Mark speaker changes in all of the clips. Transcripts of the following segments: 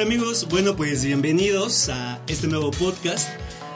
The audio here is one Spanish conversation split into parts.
Speaker 1: amigos, bueno pues bienvenidos a este nuevo podcast.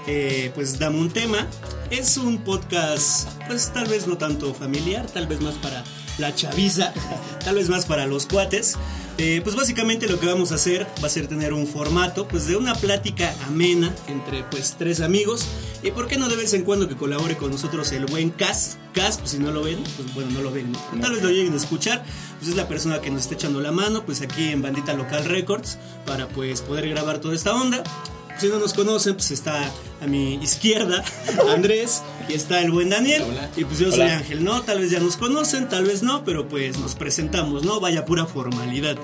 Speaker 1: Eh, pues dame un tema. Es un podcast pues tal vez no tanto familiar, tal vez más para la chaviza, tal vez más para los cuates. Eh, pues básicamente lo que vamos a hacer va a ser tener un formato pues de una plática amena entre pues tres amigos y por qué no de vez en cuando que colabore con nosotros el buen Cas Cas pues si no lo ven pues bueno no lo ven ¿no? tal vez lo lleguen a escuchar pues es la persona que nos está echando la mano pues aquí en Bandita Local Records para pues poder grabar toda esta onda si no nos conocen pues está a mi izquierda Andrés y está el buen Daniel
Speaker 2: Hola.
Speaker 1: y pues yo soy
Speaker 2: Hola.
Speaker 1: Ángel, ¿no? Tal vez ya nos conocen, tal vez no, pero pues nos presentamos, ¿no? Vaya pura formalidad.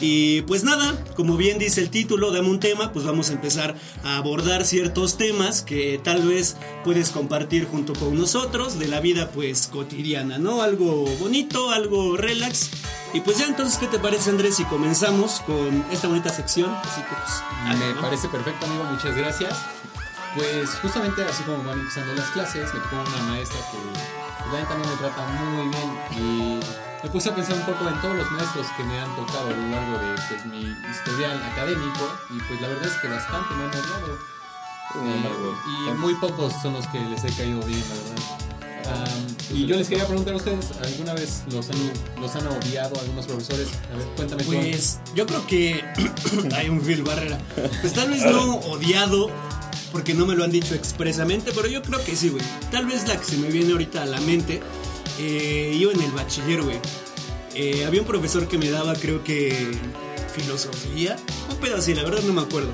Speaker 1: Y pues nada, como bien dice el título, dame un tema, pues vamos a empezar a abordar ciertos temas que tal vez puedes compartir junto con nosotros de la vida pues cotidiana, ¿no? Algo bonito, algo relax. Y pues ya entonces, ¿qué te parece Andrés si comenzamos con esta bonita sección? Así que pues...
Speaker 2: Me
Speaker 1: dale, ¿no?
Speaker 2: parece perfecto, amigo, muchas gracias. Pues justamente así como van empezando las clases, me tocó una maestra que pues, la neta no me trata muy bien y me puse a pensar un poco en todos los maestros que me han tocado a lo largo de pues, mi historial académico y pues la verdad es que bastante me han odiado. Eh, y muy pocos son los que les he caído bien, la verdad. Am, y yo les quería preguntar a ustedes, ¿alguna vez los han, los han odiado algunos profesores? A ver, cuéntame tú.
Speaker 1: Pues yo creo que hay un Phil Barrera. Pues tal vez no odiado, porque no me lo han dicho expresamente, pero yo creo que sí, güey. Tal vez la que se me viene ahorita a la mente, eh, yo en el bachiller, güey. eh, había un profesor que me daba, creo que, filosofía. Un pedo así, la verdad no me acuerdo.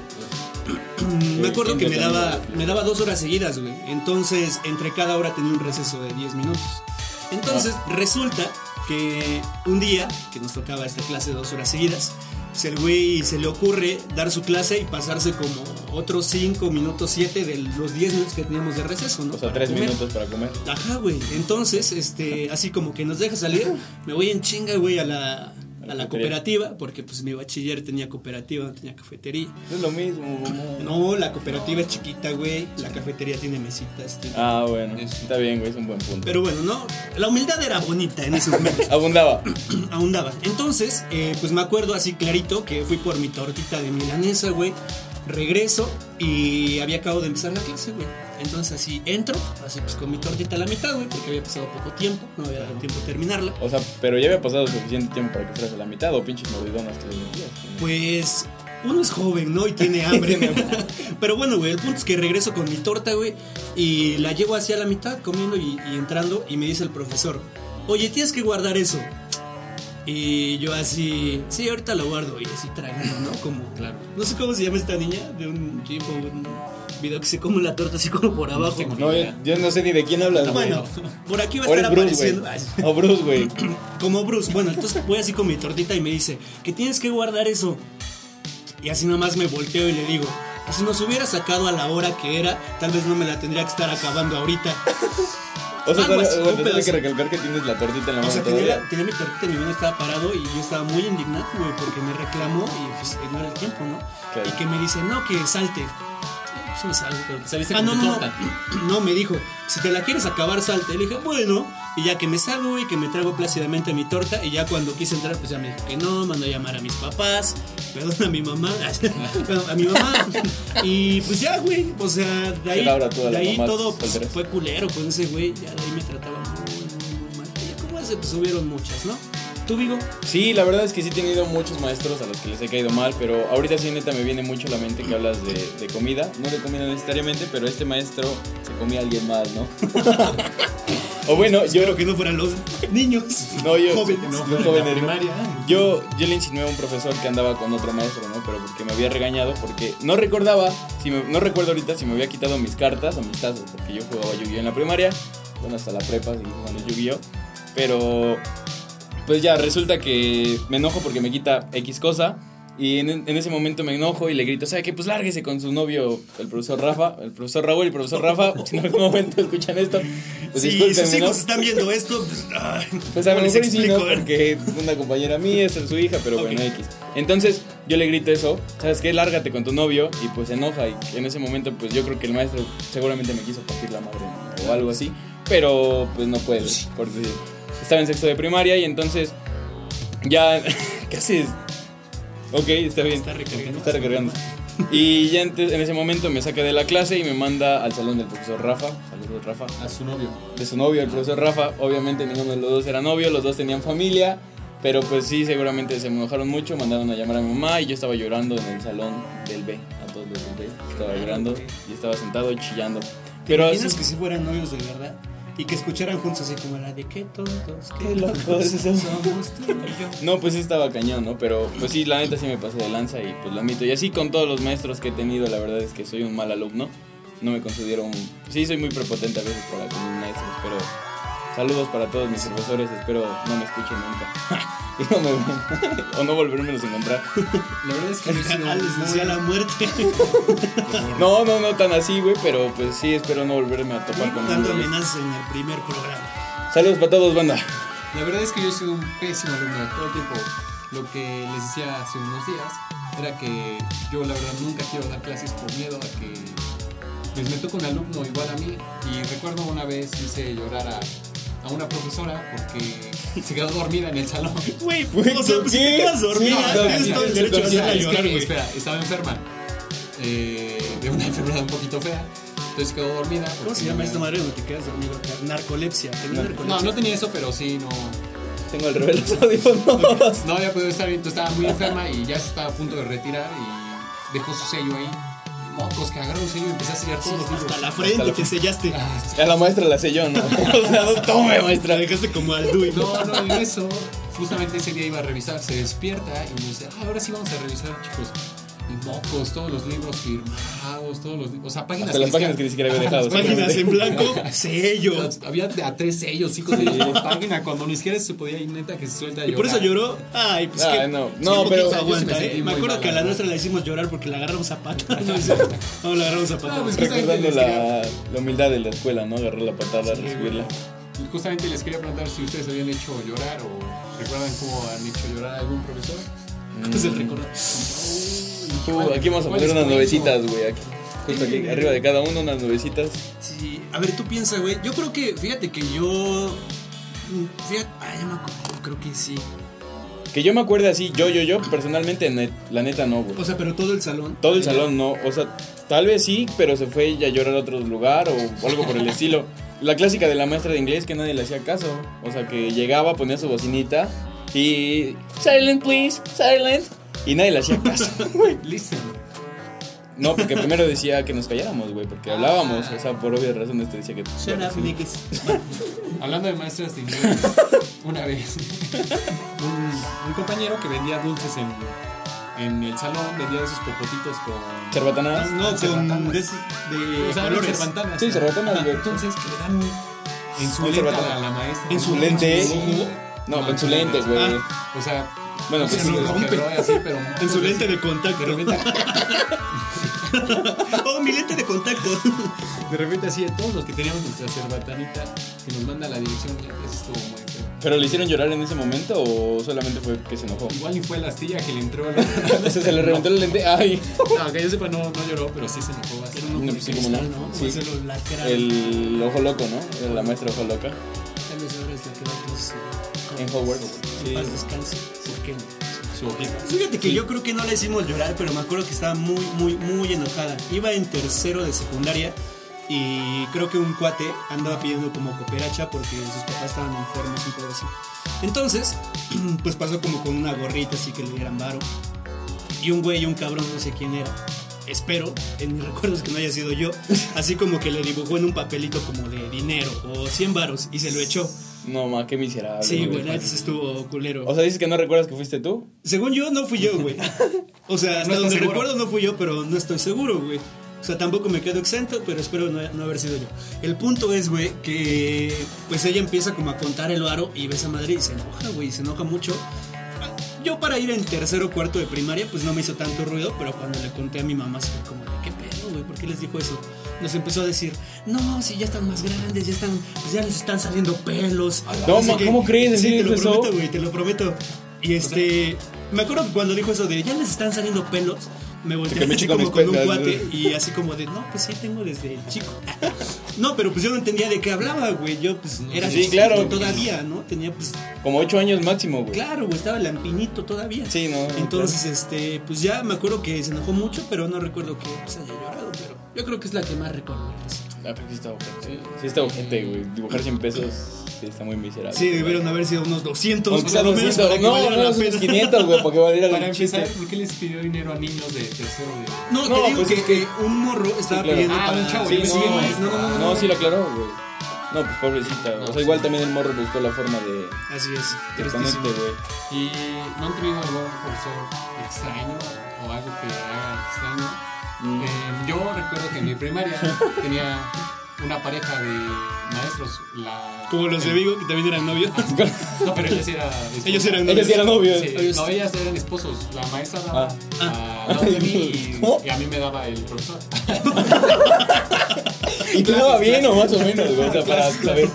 Speaker 1: me acuerdo que me daba, me daba dos horas seguidas, güey. Entonces, entre cada hora tenía un receso de 10 minutos. Entonces,
Speaker 3: Ah.
Speaker 1: resulta que un día que nos tocaba esta clase de dos horas seguidas, pues el güey se le ocurre dar su clase y pasarse como otros 5 minutos, 7 de los 10 minutos que teníamos de receso, ¿no?
Speaker 3: O sea,
Speaker 1: Para
Speaker 3: tres
Speaker 1: comer.
Speaker 3: minutos para comer.
Speaker 1: Ajá, güey. Entonces, este, así como que nos deja salir, me voy en chinga, güey, a la, a la cooperativa, porque pues mi bachiller tenía cooperativa, no tenía cafetería.
Speaker 3: Es lo mismo, mamá.
Speaker 1: No, la cooperativa es chiquita, güey. La cafetería tiene mesitas. tiene-
Speaker 3: Ah, bueno. Está bien, güey, es un buen punto.
Speaker 1: Pero bueno, no, la humildad era bonita en ese momento.
Speaker 3: Abundaba.
Speaker 1: ahondaba. Entonces, eh, pues me acuerdo así clarito que fui por mi tortita de milanesa, güey. Regreso y había acabado de empezar la clase, güey. Entonces así entro, así pues con mi tortita a la mitad, güey, porque había pasado poco tiempo, no había dado tiempo de terminarla.
Speaker 3: O sea, pero ya había pasado suficiente tiempo para que fueras a la mitad o pinches mordidonas que le metías.
Speaker 1: Pues uno es joven, ¿no? Y tiene hambre. Pero bueno, güey, el punto es que regreso con mi torta, güey, y la llevo hacia la mitad comiendo y, y entrando y me dice el profesor, oye, tienes que guardar eso. Y yo así, sí, ahorita lo guardo y así tragando, ¿no? Como,
Speaker 2: Claro.
Speaker 1: no sé cómo se llama esta niña, de un tipo, un video que se come la torta así como por abajo.
Speaker 2: tengo
Speaker 3: Pues, No, yo, yo no sé ni de quién hablas, güey.
Speaker 1: Ah, Bueno, por aquí va a
Speaker 3: O eres
Speaker 1: estar
Speaker 3: Bruce,
Speaker 1: apareciendo.
Speaker 3: güey.
Speaker 1: Ay,
Speaker 3: O Bruce, güey.
Speaker 1: como Bruce. Bueno, entonces voy así con mi tortita y me dice, que tienes que guardar eso. Y así nomás me volteo y le digo, si nos hubiera sacado a la hora que era, tal vez no me la tendría que estar acabando ahorita.
Speaker 3: O sea,
Speaker 1: Algo así,
Speaker 3: bueno,
Speaker 1: un
Speaker 3: te tengo
Speaker 1: pedazo.
Speaker 3: que recalcar que tienes la tortita en la
Speaker 1: O
Speaker 3: mano
Speaker 1: sea, tenía,
Speaker 3: todavía.
Speaker 1: la- tenía mi tortita y mi mano estaba parado y yo estaba muy indignado, güey, porque me reclamó y pues, no era el tiempo, ¿no?
Speaker 3: Claro.
Speaker 1: Y que me dice, no, que salte. Eh, Pues me salgo, pero
Speaker 2: Te saliste
Speaker 1: Ah,
Speaker 2: con
Speaker 1: no,
Speaker 2: tu
Speaker 1: no,
Speaker 2: torta.
Speaker 1: no. No, me dijo, si te la quieres acabar, salte. Le dije, bueno. Y ya que me salgo y que me traigo plácidamente mi torta. Y ya cuando quise entrar, pues ya me dijo que no. Mandó a llamar a mis papás. Perdón, a mi mamá. Bueno, a mi mamá. Y pues ya, güey. O sea, de ahí,
Speaker 3: Era ahora tú a
Speaker 1: de
Speaker 3: las
Speaker 1: ahí
Speaker 3: mamás
Speaker 1: todo pues,
Speaker 3: solteras.
Speaker 1: fue culero con ese güey. Ya de ahí me trataba muy, muy mal. Y ya como ese, pues hubieron muchas, ¿no? Tú, Vigo.
Speaker 3: Sí, la verdad es que sí he tenido muchos maestros a los que les he caído mal, pero ahorita sí neta me viene mucho a la mente que hablas de, de comida, no de comida necesariamente, pero este maestro se comía a alguien más, ¿no? o bueno, yo
Speaker 1: Espero que no fueran los niños.
Speaker 3: No, yo-
Speaker 1: Jóvenes.
Speaker 3: No,
Speaker 2: No,
Speaker 3: fue
Speaker 2: fue en
Speaker 3: en la
Speaker 2: la primaria.
Speaker 3: Yo, yo le insinué a un profesor que andaba con otro maestro, ¿no? Pero porque me había regañado, porque no recordaba, si me- no recuerdo ahorita si me había quitado mis cartas o mis tazos, porque yo jugaba Yu-Gi-Oh en la primaria, bueno, hasta la prepa seguí jugando Yu-Gi-Oh, pero pues ya, resulta que me enojo porque me quita X cosa, y en, en ese momento me enojo y le grito, ¿sabe qué? Pues lárguese con su novio, el profesor Rafa, el profesor Raúl y el profesor Rafa, si en algún momento escuchan esto, pues
Speaker 1: si
Speaker 3: discúlpenme,
Speaker 1: sus
Speaker 3: ¿no?
Speaker 1: hijos están viendo esto, pues, ay,
Speaker 3: Pues a
Speaker 1: ¿cómo
Speaker 3: lo
Speaker 1: les
Speaker 3: mejor y sí,
Speaker 1: explico?
Speaker 3: ¿no? Porque una compañera mía es su hija, pero bueno,
Speaker 1: Ok.
Speaker 3: X. Entonces yo le grito eso, ¿sabes qué? Lárgate con tu novio y pues se enoja. Y en ese momento, pues yo creo que el maestro seguramente me quiso partir la madre ¿no? o algo así, pero pues no puede, porque estaba en sexto de primaria y entonces ya casi. es- Ok, está bien.
Speaker 1: Está recargando.
Speaker 3: Está recargando. Y ya ente- en ese momento me saca de la clase y me manda al salón del profesor Rafa. Saludos, Rafa.
Speaker 2: A su novio.
Speaker 3: De su novio, el profesor Rafa. Obviamente ninguno de los dos era novio, los dos tenían familia. Pero pues sí, seguramente se enojaron mucho, mandaron a llamar a mi mamá y yo estaba llorando en el salón del B. A todos los del B. Estaba llorando y estaba sentado chillando. Pero
Speaker 1: ¿Te imaginas
Speaker 3: sí-
Speaker 1: que si fueran novios de verdad? Y que escucharan juntos así como la de qué tontos,
Speaker 3: Qué
Speaker 1: qué
Speaker 3: locos
Speaker 1: locos
Speaker 3: somos".
Speaker 1: somos tú y yo.
Speaker 3: No, pues sí estaba cañón, ¿no? Pero pues sí, la neta sí me pasé de lanza y pues lo admito. Y así con todos los maestros que he tenido, la verdad es que soy un mal alumno. No me considero un... Sí, soy muy prepotente a veces para con mis maestros, pero saludos para todos mis profesores. Espero no me escuchen nunca. y no me vean. o no volverme a encontrar.
Speaker 2: La verdad es que yo he sido
Speaker 1: Ah, Les decía la muerte.
Speaker 3: No, no, no tan así, güey, pero pues sí, espero no volverme a topar con
Speaker 1: Dando
Speaker 3: ellos.
Speaker 1: amenazas en el primer programa.
Speaker 3: Saludos para todos, banda.
Speaker 2: La verdad es que yo he sido un pésimo alumno todo el tiempo. Lo que les decía hace unos días era que yo la verdad nunca quiero dar clases por miedo a que les me toque un alumno igual a mí. Y recuerdo una vez hice llorar a, a una profesora porque se quedó dormida en el salón.
Speaker 1: Güey,
Speaker 3: Güey,
Speaker 1: o sea,
Speaker 3: ¿por
Speaker 1: pues
Speaker 3: qué?
Speaker 1: si te quedas dormida,
Speaker 3: Sí, no,
Speaker 1: tienes
Speaker 3: sí,
Speaker 1: todo el
Speaker 3: sí,
Speaker 1: derecho a
Speaker 3: sí,
Speaker 1: hacerla
Speaker 2: Es que,
Speaker 1: llorar, güey.
Speaker 2: espera, estaba enferma eh, de una enfermedad un poquito fea. Entonces quedó dormida.
Speaker 1: ¿Cómo se
Speaker 2: porque-
Speaker 1: llama esta madre donde te quedas dormido? Narcolepsia. ¿Tenés
Speaker 3: No,
Speaker 1: narcolepsia?
Speaker 2: No, no tenía eso, pero sí, no,
Speaker 3: Tengo al revés los audífonos.
Speaker 2: No había podido estar bien, entonces estaba muy enferma y ya se estaba a punto de retirar y dejó su sello ahí. Mocos, que agarró un sello y empecé a sellar todos los libros.
Speaker 1: Hasta la frente
Speaker 3: Hasta la-
Speaker 1: te sellaste.
Speaker 2: Ah, sí.
Speaker 3: A la maestra la selló, ¿no? o sea, no, tome,
Speaker 1: La
Speaker 3: maestra.
Speaker 1: dejaste como al Dui.
Speaker 2: No, no, en eso, justamente ese día iba a revisar, se despierta y me dice, ah, ahora sí vamos a revisar, chicos. Y mocos, todos los libros firmados, todos los libros, o sea, páginas.
Speaker 3: Hasta las páginas que ni siquiera había
Speaker 2: Ajá, las
Speaker 3: dejado.
Speaker 1: Páginas en blanco, sello.
Speaker 2: páginas. Había de a tres sellos, cinco sellos por página, cuando ni siquiera se podía ir neta que se suelta a
Speaker 1: Y por eso
Speaker 2: llorar.
Speaker 1: lloró. Ay, pues
Speaker 3: Ah,
Speaker 1: que.
Speaker 3: no.
Speaker 1: es que
Speaker 3: No,
Speaker 1: un poquito
Speaker 3: pero-
Speaker 1: se
Speaker 2: Yo sí
Speaker 1: aguanta,
Speaker 2: me
Speaker 1: ¿eh?
Speaker 2: sentí
Speaker 1: Me
Speaker 2: muy
Speaker 1: acuerdo
Speaker 2: mal,
Speaker 1: que a la
Speaker 2: la verdad.
Speaker 1: nuestra la hicimos llorar porque la agarramos a patada. No, es cierto. no, la agarramos a patada.
Speaker 2: Ah, pues,
Speaker 3: Recordando la, la humildad de la escuela, ¿no? Agarrar la patada, recibirla.
Speaker 2: Y justamente les quería preguntar si ustedes habían hecho llorar o recuerdan cómo han hecho llorar a algún profesor.
Speaker 1: Es el recuerdo.
Speaker 3: Mm. Uh, aquí vamos a
Speaker 2: ¿Cuál
Speaker 3: poner
Speaker 2: es
Speaker 3: unas
Speaker 2: tu hijo?
Speaker 3: nubecitas, güey. aquí. Justo aquí, arriba de cada uno, unas nubecitas.
Speaker 1: Sí, a ver, tú piensa, güey. Yo creo que, fíjate que yo. mm, Fíjate,
Speaker 2: ah,
Speaker 1: ay, ya me acuerdo, creo que sí.
Speaker 3: Que yo me acuerde así, yo, yo, yo, personalmente, net- la neta no, güey.
Speaker 1: O sea, pero todo el salón.
Speaker 3: Todo el salón no. O sea, tal vez sí, pero se fue ella a llorar a otro lugar o algo por el estilo. La clásica de la maestra de inglés que nadie le hacía caso. O sea, que llegaba, ponía su bocinita y. Silent, please, silent. Y nadie le hacía caso.
Speaker 2: Listen.
Speaker 3: No, porque primero decía que nos calláramos, güey, porque
Speaker 1: Ah.
Speaker 3: hablábamos. O sea, por obvias razones te decía que. pues,
Speaker 1: Shut up, niggas.
Speaker 2: Hablando de maestras de inglés, una vez un, un compañero que vendía dulces en, en el salón, vendía esos popotitos con...
Speaker 3: Cerbatanas.
Speaker 1: Ah, No, con. De, esos de
Speaker 2: o sea, eran
Speaker 1: colores.
Speaker 2: cerbatanas.
Speaker 3: Sí, cerbatanas, güey.
Speaker 2: Entonces que le dan en su
Speaker 3: Un
Speaker 2: lenta
Speaker 3: cerbatana.
Speaker 2: a la maestra.
Speaker 1: En su
Speaker 3: lente.
Speaker 2: En su ojo.
Speaker 3: No, con su lente, güey.
Speaker 1: Ah.
Speaker 2: O sea,
Speaker 3: Bueno,
Speaker 2: se
Speaker 3: pues sí,
Speaker 2: nos
Speaker 1: rompe.
Speaker 2: quebró y así, pero... pues,
Speaker 1: En su lente de
Speaker 2: De
Speaker 1: contacto.
Speaker 2: repente
Speaker 1: Oh, mi lente de contacto.
Speaker 2: De repente así, de todos los que teníamos nuestra cerbatanita que nos manda la dirección, eso estuvo muy feo.
Speaker 3: ¿Pero le hicieron llorar en ese momento o solamente fue que se enojó?
Speaker 2: Igual y fue la astilla que le entró. al-
Speaker 3: O sea, se le reventó el lente. Ay.
Speaker 2: No, que yo sepa, no, no lloró, pero sí se enojó
Speaker 1: Era
Speaker 2: bastante.
Speaker 1: un ojo
Speaker 3: No,
Speaker 1: de
Speaker 3: pues sí, como no.
Speaker 1: cristal, ¿no?
Speaker 3: Sí.
Speaker 1: Por eso lo lacraron.
Speaker 3: El ojo loco, ¿no? La maestra ojo loca.
Speaker 1: Tal vez ahora es la que da clases, eh,
Speaker 3: En Hogwarts.
Speaker 1: En
Speaker 3: Sí.
Speaker 1: paz descanse. ¿Por qué no?
Speaker 2: Su ojito.
Speaker 1: Fíjate que yo creo que no la hicimos llorar, pero me acuerdo que estaba muy, muy, muy enojada. Iba en tercero de secundaria y creo que un cuate andaba pidiendo como cooperacha porque sus papás estaban enfermos y todo así. Entonces, pues pasó como con una gorrita así que le dieran varo. Y un güey, un cabrón, no sé quién era. Espero, en mis recuerdos que no haya sido yo, así como que le dibujó en un papelito como de dinero o 100 varos y se lo echó.
Speaker 3: No, ma, qué miserable.
Speaker 1: Sí, güey, antes estuvo culero.
Speaker 3: O sea, dices que no recuerdas que fuiste tú.
Speaker 1: Según yo, no fui yo, güey. O sea, hasta
Speaker 2: No estás
Speaker 1: donde
Speaker 2: seguro.
Speaker 1: recuerdo no fui yo, pero no estoy seguro, güey. O sea, tampoco me quedo exento, pero espero no, no haber sido yo. El punto es, güey, que pues ella empieza como a contar el aro y ve a esa madre y se enoja, güey, y se enoja mucho. Ah, Yo para ir en tercero o cuarto de primaria, pues no me hizo tanto ruido, pero cuando le conté a mi mamá, se fue como, de, ¿qué pedo, güey? ¿Por qué les dijo eso? Nos empezó a decir, no, si ya están más grandes, ya están, pues ya les están saliendo pelos.
Speaker 3: No,
Speaker 1: Así
Speaker 3: ma, ¿cómo crees? ¿En
Speaker 1: Sí,
Speaker 3: serio
Speaker 1: te lo
Speaker 3: dijo eso?
Speaker 1: prometo, güey, te lo prometo. Y este, me acuerdo que cuando dijo eso de ya les están saliendo pelos, me volteé
Speaker 3: Que me
Speaker 1: así
Speaker 3: chico
Speaker 1: como
Speaker 3: mis
Speaker 1: con un
Speaker 3: cuentas,
Speaker 1: cuate
Speaker 3: ¿no?
Speaker 1: y así como de no, pues sí tengo desde chico. No, pero pues yo no entendía de qué hablaba, güey. Yo pues
Speaker 2: No,
Speaker 1: era
Speaker 3: sí,
Speaker 1: chiquito
Speaker 3: claro.
Speaker 1: todavía, ¿no? Tenía pues
Speaker 3: Como 8 años máximo, güey.
Speaker 1: claro, güey, estaba lampiñito todavía.
Speaker 3: Sí, no. no,
Speaker 1: Entonces, este, pues ya me acuerdo que se enojó mucho, pero no recuerdo que pues, haya llorado, pero yo creo que es la que más recuerdo.
Speaker 3: claro. Ah, pero sí está ojete. Sí está ojete, güey. Dibujar 100 pesos Ah, sí está muy miserable.
Speaker 1: Sí, debieron haber sido unos 200
Speaker 3: Aunque sea
Speaker 1: por lo menos
Speaker 3: 200,
Speaker 1: para que
Speaker 3: no,
Speaker 1: valiera
Speaker 3: no,
Speaker 1: la
Speaker 3: unos
Speaker 1: pena.
Speaker 3: 500, güey, porque valiera
Speaker 2: Para
Speaker 3: el
Speaker 2: empezar,
Speaker 3: chiste.
Speaker 2: ¿por qué les pidió dinero a niños de tercero de.?
Speaker 1: No,
Speaker 3: No,
Speaker 1: te digo
Speaker 3: pues
Speaker 1: que,
Speaker 3: es que-
Speaker 1: un morro estaba
Speaker 3: claro.
Speaker 1: pidiendo
Speaker 2: Ah,
Speaker 1: para
Speaker 2: un chavo,
Speaker 3: Sí,
Speaker 2: yo pensé que
Speaker 3: no,
Speaker 2: era-
Speaker 1: no, no, no,
Speaker 3: No, sí lo aclaró, güey. No, pues pobrecita.
Speaker 2: No,
Speaker 3: o sea,
Speaker 2: sí.
Speaker 3: igual también el morro buscó la forma de.
Speaker 1: Así es,
Speaker 3: de
Speaker 1: tristísimo.
Speaker 3: ponerte, güey.
Speaker 2: ¿Y no han tenido algún profesor extraño o algo que haga extraño?
Speaker 3: Mm.
Speaker 2: Eh, yo recuerdo que en mi primaria tenía una pareja de maestros. La,
Speaker 1: Como los de
Speaker 2: el-
Speaker 1: Vigo, que también eran novios.
Speaker 2: No, pero ellos eran. esposos.
Speaker 1: Ellos eran novios.
Speaker 3: Ellos sí eran novios.
Speaker 2: Sí,
Speaker 1: Ellos-
Speaker 2: No, ellas eran esposos. La maestra daba
Speaker 3: Ah.
Speaker 2: a lado de mí y, y a mí me daba el profesor.
Speaker 3: Y te daba bien o más o menos, güey. O sea, para saber.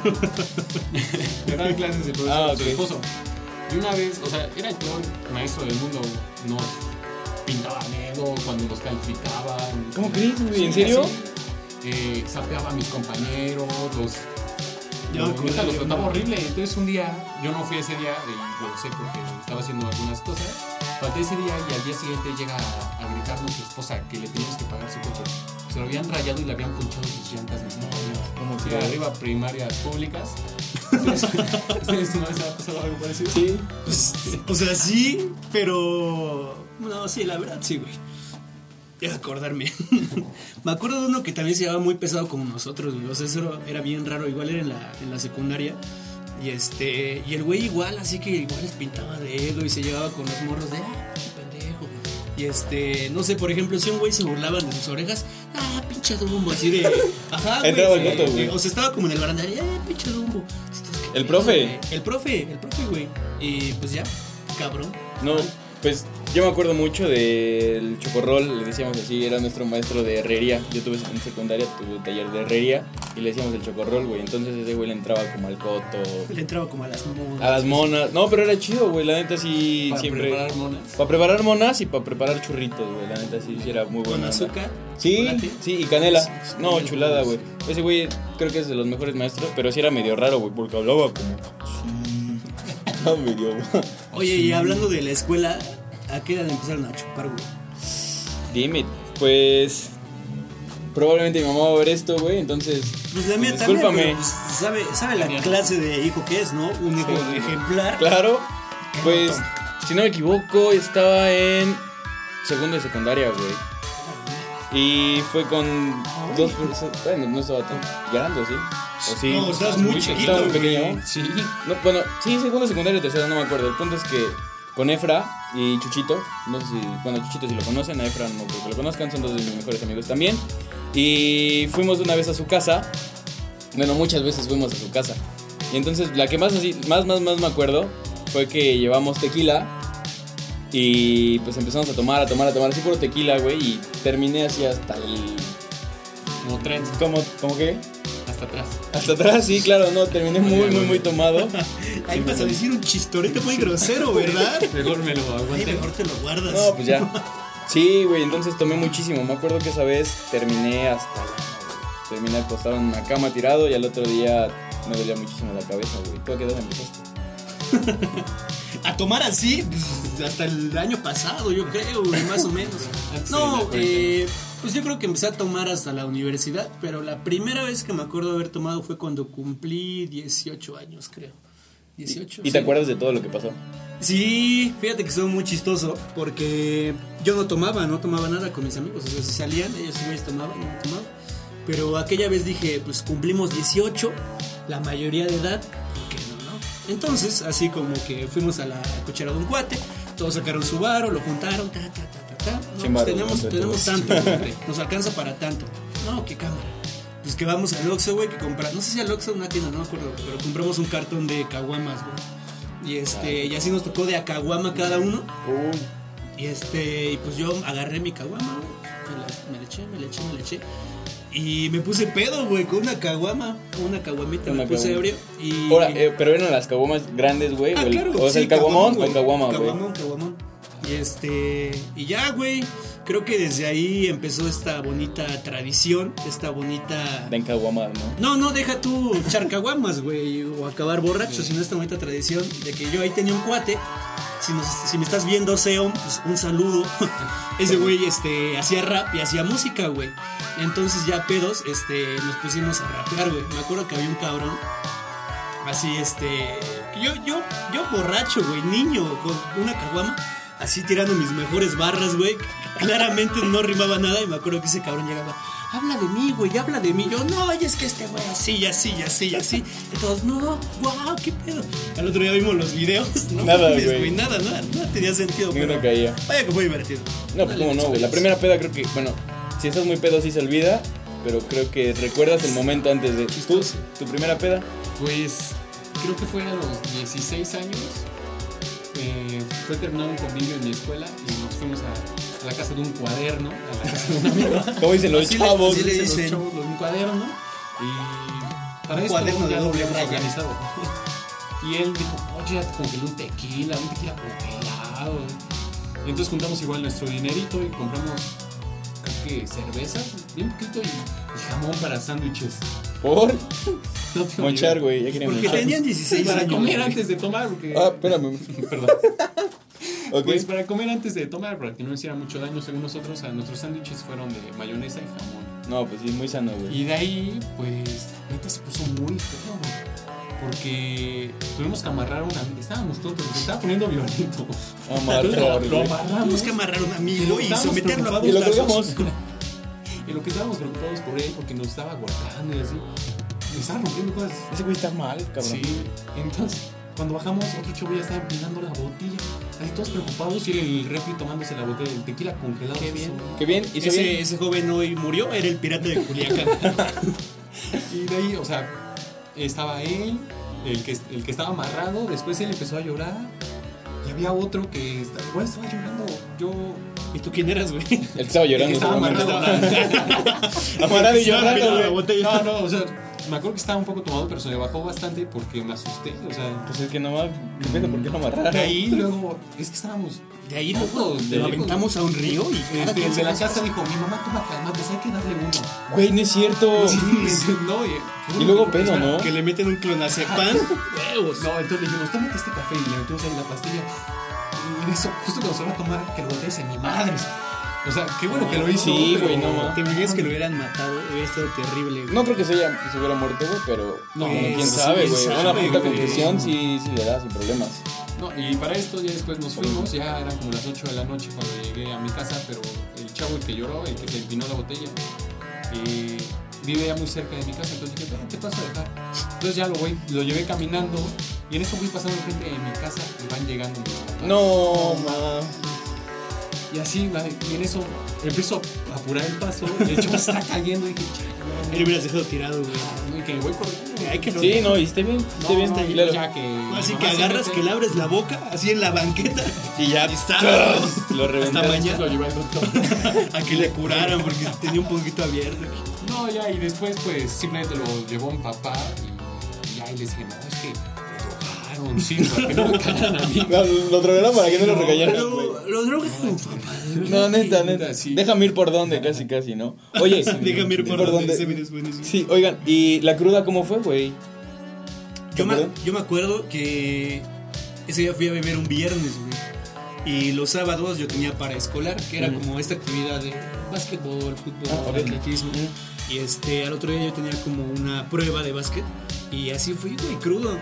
Speaker 2: Me daban clases el profesor,
Speaker 3: Ah,
Speaker 2: su
Speaker 3: ok.
Speaker 2: esposo. Y una vez, o sea, era el peor maestro del mundo. Nos pintaba dedo cuando nos calificaban.
Speaker 3: ¿Cómo crees, güey?
Speaker 2: Sí,
Speaker 3: ¿En serio?
Speaker 2: así. Eh, sapeaba a mis compañeros, los.
Speaker 1: Ya
Speaker 2: los,
Speaker 1: me acordé,
Speaker 2: neta, los
Speaker 1: ya me
Speaker 2: trataba
Speaker 1: acordé.
Speaker 2: horrible. Entonces un día, yo no fui ese día, y lo sé porque estaba haciendo algunas cosas. Falté ese día y al día siguiente llega a, a gritarnos su esposa que le teníamos que pagar su coche. Se lo habían rayado y le habían punchado sus llantas. Mis compañeros.
Speaker 3: ¿cómo
Speaker 2: Sí,
Speaker 3: crees?
Speaker 2: arriba primarias públicas. ¿Ustedes ustedes una vez ha pasado algo parecido?
Speaker 3: Sí.
Speaker 1: Pues, o sea, sí, pero. No, sí, la verdad, sí, güey. Debo acordarme. Me acuerdo de uno que también se llevaba muy pesado como nosotros, güey. O sea, eso era- era bien raro. Igual era en la, en la secundaria. Y este. Y el güey igual, así que igual les pintaba dedo y se llevaba con los morros de. Ah, pinche pendejo. Y este, no sé, por ejemplo, si un güey se burlaba de sus orejas, ah, pinche dumbo, así de. Ajá, güey.
Speaker 3: Entraba el
Speaker 1: de-
Speaker 3: vato, güey.
Speaker 1: de- O sea, estaba como en el barandal, ah, pinche dumbo. Estos que-
Speaker 3: El profe.
Speaker 1: el profe, el profe, güey. Y pues ya, cabrón.
Speaker 3: No, pues yo me acuerdo mucho del chocorrol, le decíamos así, era nuestro maestro de herrería. Yo tuve en secundaria, tuve un taller de herrería y le decíamos el chocorrol, güey. Entonces ese güey le entraba como al coto,
Speaker 1: Le entraba como a las modas.
Speaker 3: a las monas. No, pero era chido, güey, la neta sí
Speaker 2: Para
Speaker 3: siempre.
Speaker 2: preparar monas.
Speaker 3: Para preparar monas y para preparar churritos, güey. La neta sí, sí era muy
Speaker 1: Con
Speaker 3: buena. onda.
Speaker 1: azúcar.
Speaker 3: Sí,
Speaker 1: chocolate.
Speaker 3: sí, y canela.
Speaker 1: Sí, sí,
Speaker 3: no,
Speaker 1: canela.
Speaker 3: chulada, güey. Ese güey creo que es de los mejores maestros, pero sí era medio raro, güey, porque hablaba como. Ah, medio.
Speaker 1: Oye, y hablando de la escuela, ¿a qué edad empezaron a chupar, güey?
Speaker 3: Dime, pues. Probablemente mi mamá va a ver esto, güey, entonces.
Speaker 1: Pues la mía también.
Speaker 3: discúlpame.
Speaker 1: pero, pues, sabe, sabe la
Speaker 2: Mía.
Speaker 1: clase de hijo que es, ¿no? Un hijo
Speaker 3: Sí.
Speaker 1: ejemplar.
Speaker 3: Claro,
Speaker 1: Qué
Speaker 3: pues,
Speaker 1: montón.
Speaker 3: si no me equivoco, estaba en segundo de secundaria, güey. Y fue con dos personas. Bueno, no estaba tan grande, ¿o ¿sí? O sí.
Speaker 1: No, estás muy
Speaker 2: Muy
Speaker 1: chiquito,
Speaker 3: estaba muy
Speaker 1: güey.
Speaker 3: pequeño.
Speaker 2: Sí.
Speaker 3: No, bueno, sí, segundo, secundaria, tercera, no me acuerdo. El punto es que con Efra y Chuchito, no sé si, bueno, Chuchito si lo conocen, a Efra no creo que lo conozcan, son dos de mis mejores amigos también. Y fuimos una vez a su casa, bueno, muchas veces fuimos a su casa. Y entonces la que más, así, más, más, más me acuerdo fue que llevamos tequila y pues empezamos a tomar, a tomar, a tomar, así puro tequila, güey, y terminé así hasta el...
Speaker 2: Como tren,
Speaker 3: ¿Cómo, cómo qué?
Speaker 2: hasta atrás.
Speaker 3: Hasta atrás, sí, claro, no, terminé muy, muy, muy tomado.
Speaker 1: Ahí
Speaker 3: Sí,
Speaker 1: vas a
Speaker 3: güey.
Speaker 1: decir un chistorete muy grosero, ¿verdad?
Speaker 2: Mejor me lo
Speaker 1: Ahí
Speaker 2: aguanté.
Speaker 1: mejor te lo guardas.
Speaker 3: No, pues ya. Sí, güey, entonces tomé muchísimo. Me acuerdo que esa vez terminé hasta. Terminé acostado en una cama tirado y al otro día me dolía muchísimo la cabeza, güey. ¿Tú a qué edad empezaste?
Speaker 1: A tomar así, pues, hasta el año pasado, yo creo, güey, más o menos.
Speaker 2: Antes de
Speaker 1: No,
Speaker 2: la
Speaker 1: eh, pues yo creo que empecé a tomar hasta la universidad, pero la primera vez que me acuerdo de haber tomado fue cuando cumplí 18 años, creo. 18.
Speaker 3: ¿Y
Speaker 1: sí.
Speaker 3: te acuerdas de todo lo que pasó?
Speaker 1: Sí, fíjate que estuvo muy chistoso porque yo no tomaba, no tomaba nada con mis amigos. O sea, si salían, ellos sí güeyes tomaban, yo no tomaba. Pero aquella vez dije, pues cumplimos 18, la mayoría de edad, ¿por qué no, no? Entonces, así como que fuimos a la cochera de un cuate, todos sacaron su varo, lo juntaron, ta, ta, ta, ta, ta. No, pues
Speaker 3: Sin varo,
Speaker 1: tenemos,
Speaker 3: no sé,
Speaker 1: tenemos
Speaker 3: todos.
Speaker 1: tanto, güey, nos alcanza para tanto. No, qué cámara. Pues que vamos al Oxxo, güey, que compramos, no sé si al Oxxo o una tienda, no me acuerdo, pero compramos un cartón de caguamas, güey. Y este, y así nos tocó de a caguama cada uno.
Speaker 3: Uy.
Speaker 1: Y este, y pues yo agarré mi caguama, güey, me la- me le eché, me le eché, me le eché. Y me puse pedo, güey, con una caguama, una caguamita,
Speaker 3: Una
Speaker 1: me puse
Speaker 3: caguama.
Speaker 1: ebrio. Y.
Speaker 3: Ahora, eh, pero eran las caguamas grandes, güey.
Speaker 1: Ah,
Speaker 3: o el-
Speaker 1: claro,
Speaker 3: o sea,
Speaker 1: sí,
Speaker 3: el caguamón o
Speaker 1: güey.
Speaker 3: el caguama, güey.
Speaker 1: Caguamón, caguamón. Y este, y ya, güey, Creo que desde ahí empezó esta bonita tradición, esta bonita...
Speaker 3: Den caguamar, ¿no?
Speaker 1: No, no, deja tú charcaguamas, güey, o acabar borracho, sino esta bonita tradición de que yo ahí tenía un cuate. Si, nos- si me estás viendo, Seon, pues un saludo. Ese güey este, hacía rap y hacía música, güey. Entonces ya pedos, este, nos pusimos a rapear, güey. Me acuerdo que había un cabrón, así, este, que yo, yo, yo borracho, güey, niño, con una caguama, así tirando mis mejores barras, güey. Claramente no rimaba nada y me acuerdo que ese cabrón llegaba, habla de mí, güey, habla de mí. Yo, no, y es que este güey así, y así, y así, y así. Entonces, no, wow, qué pedo. Al otro día vimos los videos, ¿no?
Speaker 3: Nada,
Speaker 1: mames,
Speaker 3: güey.
Speaker 1: Nada, nada, nada tenía sentido,
Speaker 3: Ni
Speaker 1: pero
Speaker 3: una caía.
Speaker 1: vaya que fue divertido.
Speaker 3: No, pues
Speaker 1: Dale,
Speaker 3: cómo no, güey. La primera peda creo que, bueno, si estás muy pedo sí se olvida, pero creo que recuerdas el momento antes de... ¿Tú?
Speaker 2: Chistoso.
Speaker 3: ¿Tu primera peda?
Speaker 2: Pues creo que fue a los 16 años. eh, fue terminado un convivio en mi escuela y nos fuimos a, a la casa de un cuaderno, a la casa de un amigo.
Speaker 3: ¿Cómo dicen los
Speaker 1: Así le-
Speaker 3: chavos?
Speaker 1: así le
Speaker 2: Dicen los
Speaker 1: dicen.
Speaker 2: chavos, los- un cuaderno y para
Speaker 1: Un
Speaker 2: esto
Speaker 1: cuaderno de
Speaker 2: ya lo
Speaker 1: doble
Speaker 2: habíamos
Speaker 1: raya.
Speaker 2: organizado. Y él dijo, oye, ya te congelé un tequila, un tequila congelado. Y entonces juntamos igual nuestro dinerito y compramos, creo que cerveza, bien poquito y, y jamón para sándwiches.
Speaker 3: ¿Por?
Speaker 2: No tengo
Speaker 3: Monchar,
Speaker 2: idea.
Speaker 3: güey. Ya querían
Speaker 1: Porque
Speaker 3: monchar.
Speaker 1: tenían 16
Speaker 2: Pues, Para
Speaker 1: años.
Speaker 2: comer
Speaker 1: güey.
Speaker 2: antes de tomar, porque...
Speaker 3: Ah, espérame.
Speaker 2: Perdón.
Speaker 3: Ok.
Speaker 2: Pues para comer antes de tomar, para que no hiciera mucho daño, según nosotros, a nuestros sándwiches fueron de mayonesa y jamón.
Speaker 3: No, pues sí, muy sano, güey.
Speaker 2: Y de ahí, pues, neta se puso muy feo, güey. Porque tuvimos que amarrar a un amigo. Estábamos tontos, se estaba poniendo violento.
Speaker 3: Amarrar,
Speaker 2: lo
Speaker 3: güey.
Speaker 2: amarramos.
Speaker 1: Tenemos que amarrar a un pues, amigo y
Speaker 2: Estábamos
Speaker 1: someterlo a
Speaker 2: preocupados.
Speaker 3: Y lo
Speaker 1: putazos.
Speaker 3: colgamos.
Speaker 2: Y lo que estábamos preocupados por él, porque nos estaba guardando y así. Me estaba rompiendo cosas.
Speaker 3: Ese güey está mal, cabrón.
Speaker 2: Sí. Entonces, cuando bajamos, otro chavo ya estaba empinando la botella. Ahí todos preocupados y él en el refri tomándose la botella del tequila congelado.
Speaker 1: Qué bien.
Speaker 3: Qué bien. ¿Y se
Speaker 1: Ese,
Speaker 3: bien?
Speaker 1: ese joven hoy murió, era el pirata de Culiacán.
Speaker 2: Y de ahí, o sea, estaba él, el que, el que estaba amarrado, después él empezó a llorar. Y había otro que esta- igual estaba llorando. Yo.
Speaker 1: ¿Y tú quién eras, güey?
Speaker 3: El que estaba
Speaker 2: el que
Speaker 3: llorando.
Speaker 2: estaba
Speaker 3: seguramente.
Speaker 2: amarrado. a la-
Speaker 3: Amarrado y
Speaker 1: Estaba
Speaker 3: llorando,
Speaker 1: pegado a la
Speaker 3: güey.
Speaker 1: botella.
Speaker 2: No, no, o sea, me acuerdo que estaba un poco tomado, pero se me bajó bastante porque me asusté. O sea,
Speaker 3: Pues es que no va. ¿Qué pedo? ¿Por qué lo amarraron?
Speaker 2: de ahí luego, es que estábamos.
Speaker 1: De ahí loco,
Speaker 2: De
Speaker 1: lo
Speaker 2: ahí,
Speaker 1: aventamos a un río y cada
Speaker 2: Este,
Speaker 1: quien
Speaker 2: el de la
Speaker 1: se-
Speaker 2: casa dijo: Mi mamá toma calmantes, hay que darle uno.
Speaker 3: Güey, no es cierto.
Speaker 2: Sí, no, y,
Speaker 3: Y luego pedo, ¿no?
Speaker 1: Que le meten un clonazepam. Huevos.
Speaker 2: No, entonces le dijimos, tómate este café y le metimos ahí la pastilla. Y en eso, justo cuando se va a tomar, que lo voltees en mi madre. O sea, qué bueno que lo hizo.
Speaker 3: Sí,
Speaker 2: pero-
Speaker 3: güey, no mames.
Speaker 1: ¿Te imaginas que lo hubieran matado? Hubiera estado terrible, güey.
Speaker 3: No creo que se, haya, que se hubiera muerto, güey, pero.
Speaker 2: No,
Speaker 3: Bueno, quién
Speaker 1: sí,
Speaker 3: sabe,
Speaker 1: quién
Speaker 3: güey.
Speaker 1: sabe,
Speaker 3: Una puta
Speaker 1: güey.
Speaker 3: confusión sí, sí le da sin problemas.
Speaker 2: No, y para esto ya después nos fuimos, ya eran como las 8 de la noche cuando llegué a mi casa, pero el chavo el que lloró, el que te empinó la botella, eh, vive ya muy cerca de mi casa, entonces dije, "Ven, te paso a dejar. Entonces ya lo, voy, lo llevé caminando y en eso voy pasando frente de mi casa y van llegando mis papás.
Speaker 3: No, ma.
Speaker 2: Y así, va, y en eso empiezo a apurar el paso. El chavo se está cayendo y dije,
Speaker 1: Él hubieras dejado tirado, güey.
Speaker 2: "Chale, güey, que voy corriendo.
Speaker 1: Ay, que lo-
Speaker 3: Sí, no, y esté bien. Esté
Speaker 2: No,
Speaker 3: bien,
Speaker 2: no,
Speaker 3: está
Speaker 2: y
Speaker 3: claro.
Speaker 2: ya que-
Speaker 1: Así
Speaker 2: mi
Speaker 1: que
Speaker 2: mamá se
Speaker 1: agarras,
Speaker 2: mete.
Speaker 1: que le abres la boca, así en la banqueta.
Speaker 3: Y ya
Speaker 1: está.
Speaker 3: Lo
Speaker 1: Hasta
Speaker 3: reventé.
Speaker 2: Entonces
Speaker 1: mañana.
Speaker 2: lo llevé al doctor.
Speaker 1: A que le curaran porque tenía un poquito abierto.
Speaker 2: No, ya, y después, pues simplemente lo llevó mi papá y, y ahí les dije, no, es que me drogaron, sí, para que no me cagaran a mí.
Speaker 3: No, lo drogaron para que no lo
Speaker 2: No,
Speaker 3: regañaran, güey.
Speaker 1: Pero lo drogaron, papá.
Speaker 3: No, neta, neta.
Speaker 2: neta, sí.
Speaker 3: Déjame ir por donde, casi, casi, ¿no? Oye,
Speaker 1: Déjame ir por donde ese video es buenísimo.
Speaker 3: Sí, oigan, ¿y la cruda cómo fue, güey?
Speaker 1: Yo me,
Speaker 3: ¿Perdón?
Speaker 1: yo me acuerdo que ese día fui a beber un viernes, güey. Y los sábados yo tenía para escolar, que era
Speaker 3: Ujú.
Speaker 1: como esta actividad de básquetbol, fútbol,
Speaker 3: Ah, ok.
Speaker 1: atletismo. Y este, al otro día yo tenía como una prueba de básquet. Y así fui, güey, crudo.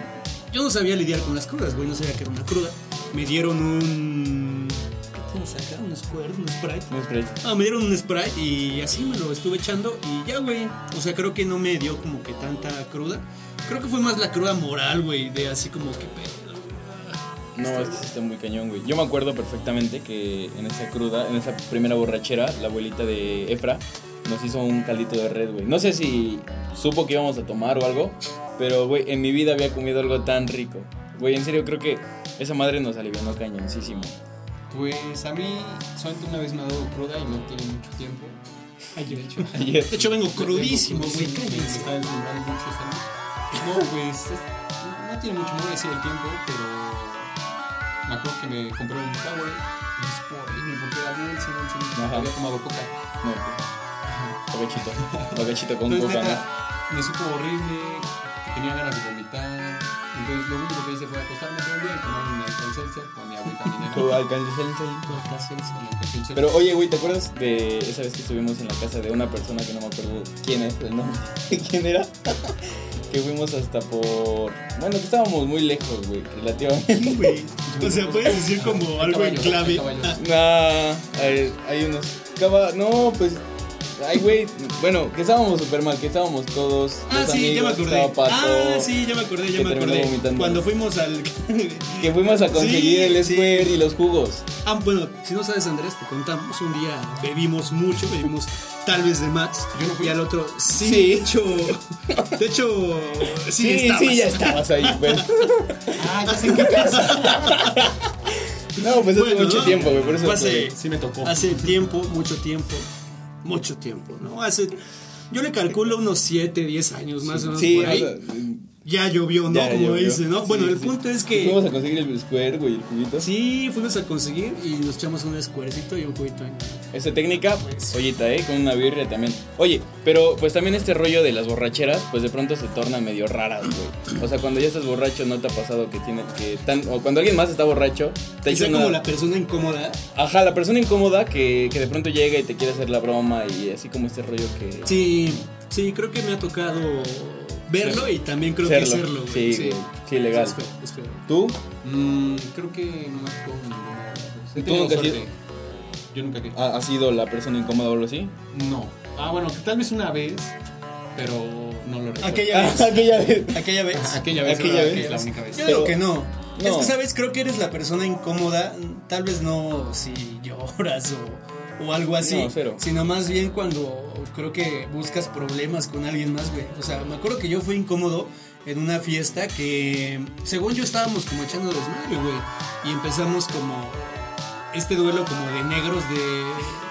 Speaker 1: Yo no sabía lidiar con las crudas, güey, no sabía que era una cruda. Me dieron un. ¿Qué te vamos a sacar? ¿Un squirt? ¿Un sprite?
Speaker 3: No, espera.
Speaker 1: Ah, me dieron un spray y así me lo estuve echando y ya, güey. O sea, creo que no me dio como que tanta cruda. Creo que fue más la cruda moral, güey, de así como que pedo.
Speaker 3: No,
Speaker 1: este
Speaker 3: es que sí Este, está muy cañón, güey. Yo me acuerdo perfectamente que en esa cruda, en esa primera borrachera, la abuelita de Efra nos hizo un caldito de red, güey. No sé si supo que íbamos a tomar o algo, pero, güey, en mi vida había comido algo tan rico. Güey, en serio, creo que esa madre nos alivianó cañoncísimo.
Speaker 2: Pues a mí solamente una vez me ha dado cruda y no tiene mucho tiempo. Ayer, de hecho.
Speaker 3: Ayer.
Speaker 1: De hecho, vengo crudísimo, güey,
Speaker 2: Me
Speaker 1: cállense.
Speaker 2: está deslumbrando mucho esta noche. No, pues es- no tiene mucho más decir el tiempo, pero me acuerdo que me compré un Power. Y es horrible porque era dulce, dulce. dulce.
Speaker 3: Ajá.
Speaker 2: Había tomado coca.
Speaker 3: No, pues, provechito. Provechito con
Speaker 2: Entonces,
Speaker 3: coca, ¿no?
Speaker 2: neta, me supo horrible. Tenía ganas de vomitar. Entonces, lo único que hice fue acostarme todo el día y tomar un alcalcelser con mi agüita minera.
Speaker 3: Tu alcalcelser.
Speaker 2: Alcalcelser.
Speaker 3: Pero oye, güey, ¿te acuerdas de esa vez que estuvimos en la casa de una persona que no me acuerdo quién es el nombre? ¿Quién era? que fuimos hasta por. Bueno, que estábamos muy lejos, güey, relativamente.
Speaker 1: Sí, güey. O sea, puedes decir como algo en
Speaker 2: Caballos,
Speaker 1: clave.
Speaker 2: caballos.
Speaker 3: Nah, hay, hay unos. Cava, no, pues. Ay, güey. Bueno, que estábamos súper mal, que estábamos todos.
Speaker 1: Ah,
Speaker 3: los
Speaker 1: sí, ya me
Speaker 3: amigos,
Speaker 1: acordé.
Speaker 3: estaba Pato,
Speaker 1: Ah, sí, ya me acordé, ya
Speaker 3: que
Speaker 1: me
Speaker 3: terminó
Speaker 1: acordé.
Speaker 3: vomitando.
Speaker 1: Cuando fuimos al.
Speaker 3: Que fuimos a conseguir
Speaker 1: Sí,
Speaker 3: el
Speaker 1: sí.
Speaker 3: square y los jugos.
Speaker 1: Ah, bueno, si no sabes, Andrés, te contamos. Un día bebimos mucho, bebimos tal vez de más.
Speaker 2: Yo no fui.
Speaker 1: Y al otro, sí,
Speaker 3: Sí.
Speaker 1: de hecho. De hecho, sí,
Speaker 3: Sí,
Speaker 1: estabas.
Speaker 3: sí, ya estabas ahí, pues. güey.
Speaker 2: Ah, ya sé en qué casa.
Speaker 3: No, pues hace
Speaker 1: Bueno,
Speaker 3: mucho
Speaker 1: ¿no?
Speaker 3: tiempo, güey, por eso.
Speaker 1: Fue hace-
Speaker 2: Sí, me tocó.
Speaker 1: Hace tiempo, mucho tiempo, mucho tiempo, ¿no? Hace. Yo le calculo unos 7, 10 años más o menos.
Speaker 3: Sí,
Speaker 1: por
Speaker 3: o
Speaker 1: ahí.
Speaker 3: sea,
Speaker 1: Ya llovió, ¿no?
Speaker 3: ya
Speaker 1: Como
Speaker 3: llovió.
Speaker 1: dice, ¿no?
Speaker 3: Sí,
Speaker 1: bueno, el
Speaker 3: sí.
Speaker 1: punto es que.
Speaker 3: Fuimos a conseguir el square, güey, el juguito.
Speaker 1: Sí, fuimos a conseguir y nos echamos un escuercito y un juguito. ahí.
Speaker 3: Esta técnica, pues, ollita, ¿eh? Con una birria también. Oye, pero pues también este rollo de las borracheras, pues de pronto se torna medio raras, güey. O sea, cuando ya estás borracho, no te ha pasado que tiene que tan. O cuando alguien más está borracho, te
Speaker 1: Que
Speaker 3: dice
Speaker 1: sea como la persona incómoda.
Speaker 3: Ajá, la persona incómoda que, que de pronto llega y te quiere hacer la broma y así como este rollo que.
Speaker 1: Sí, sí, creo que me ha tocado verlo y también creo que serlo. güey.
Speaker 3: Sí, güey, sí, legal.
Speaker 1: Es feo, es feo.
Speaker 3: ¿Tú?
Speaker 2: Mm, creo que no me tocó ninguna. He
Speaker 3: ¿Tú
Speaker 2: tenido
Speaker 3: nunca has
Speaker 2: suerte. Yo nunca qué.
Speaker 3: ¿Ha- ¿Has sido la persona incómoda o algo así?
Speaker 2: No. Ah, bueno, que tal vez una vez, pero no lo recuerdo.
Speaker 1: Aquella vez.
Speaker 3: aquella vez.
Speaker 1: Aquella vez.
Speaker 2: Aquella vez.
Speaker 3: Aquella
Speaker 2: ¿verdad?
Speaker 3: vez.
Speaker 2: Que es la única vez.
Speaker 1: Yo
Speaker 3: Pero-
Speaker 1: digo que no. Es
Speaker 3: no.
Speaker 1: que, ¿sabes? Creo que eres la persona incómoda. Tal vez no si lloras o, o algo así.
Speaker 3: No, cero.
Speaker 1: Sino más bien cuando creo que buscas problemas con alguien más, güey. O sea, me acuerdo que yo fui incómodo en una fiesta que, según yo, estábamos como echando desmadre, güey. Y empezamos como este duelo como de negros de...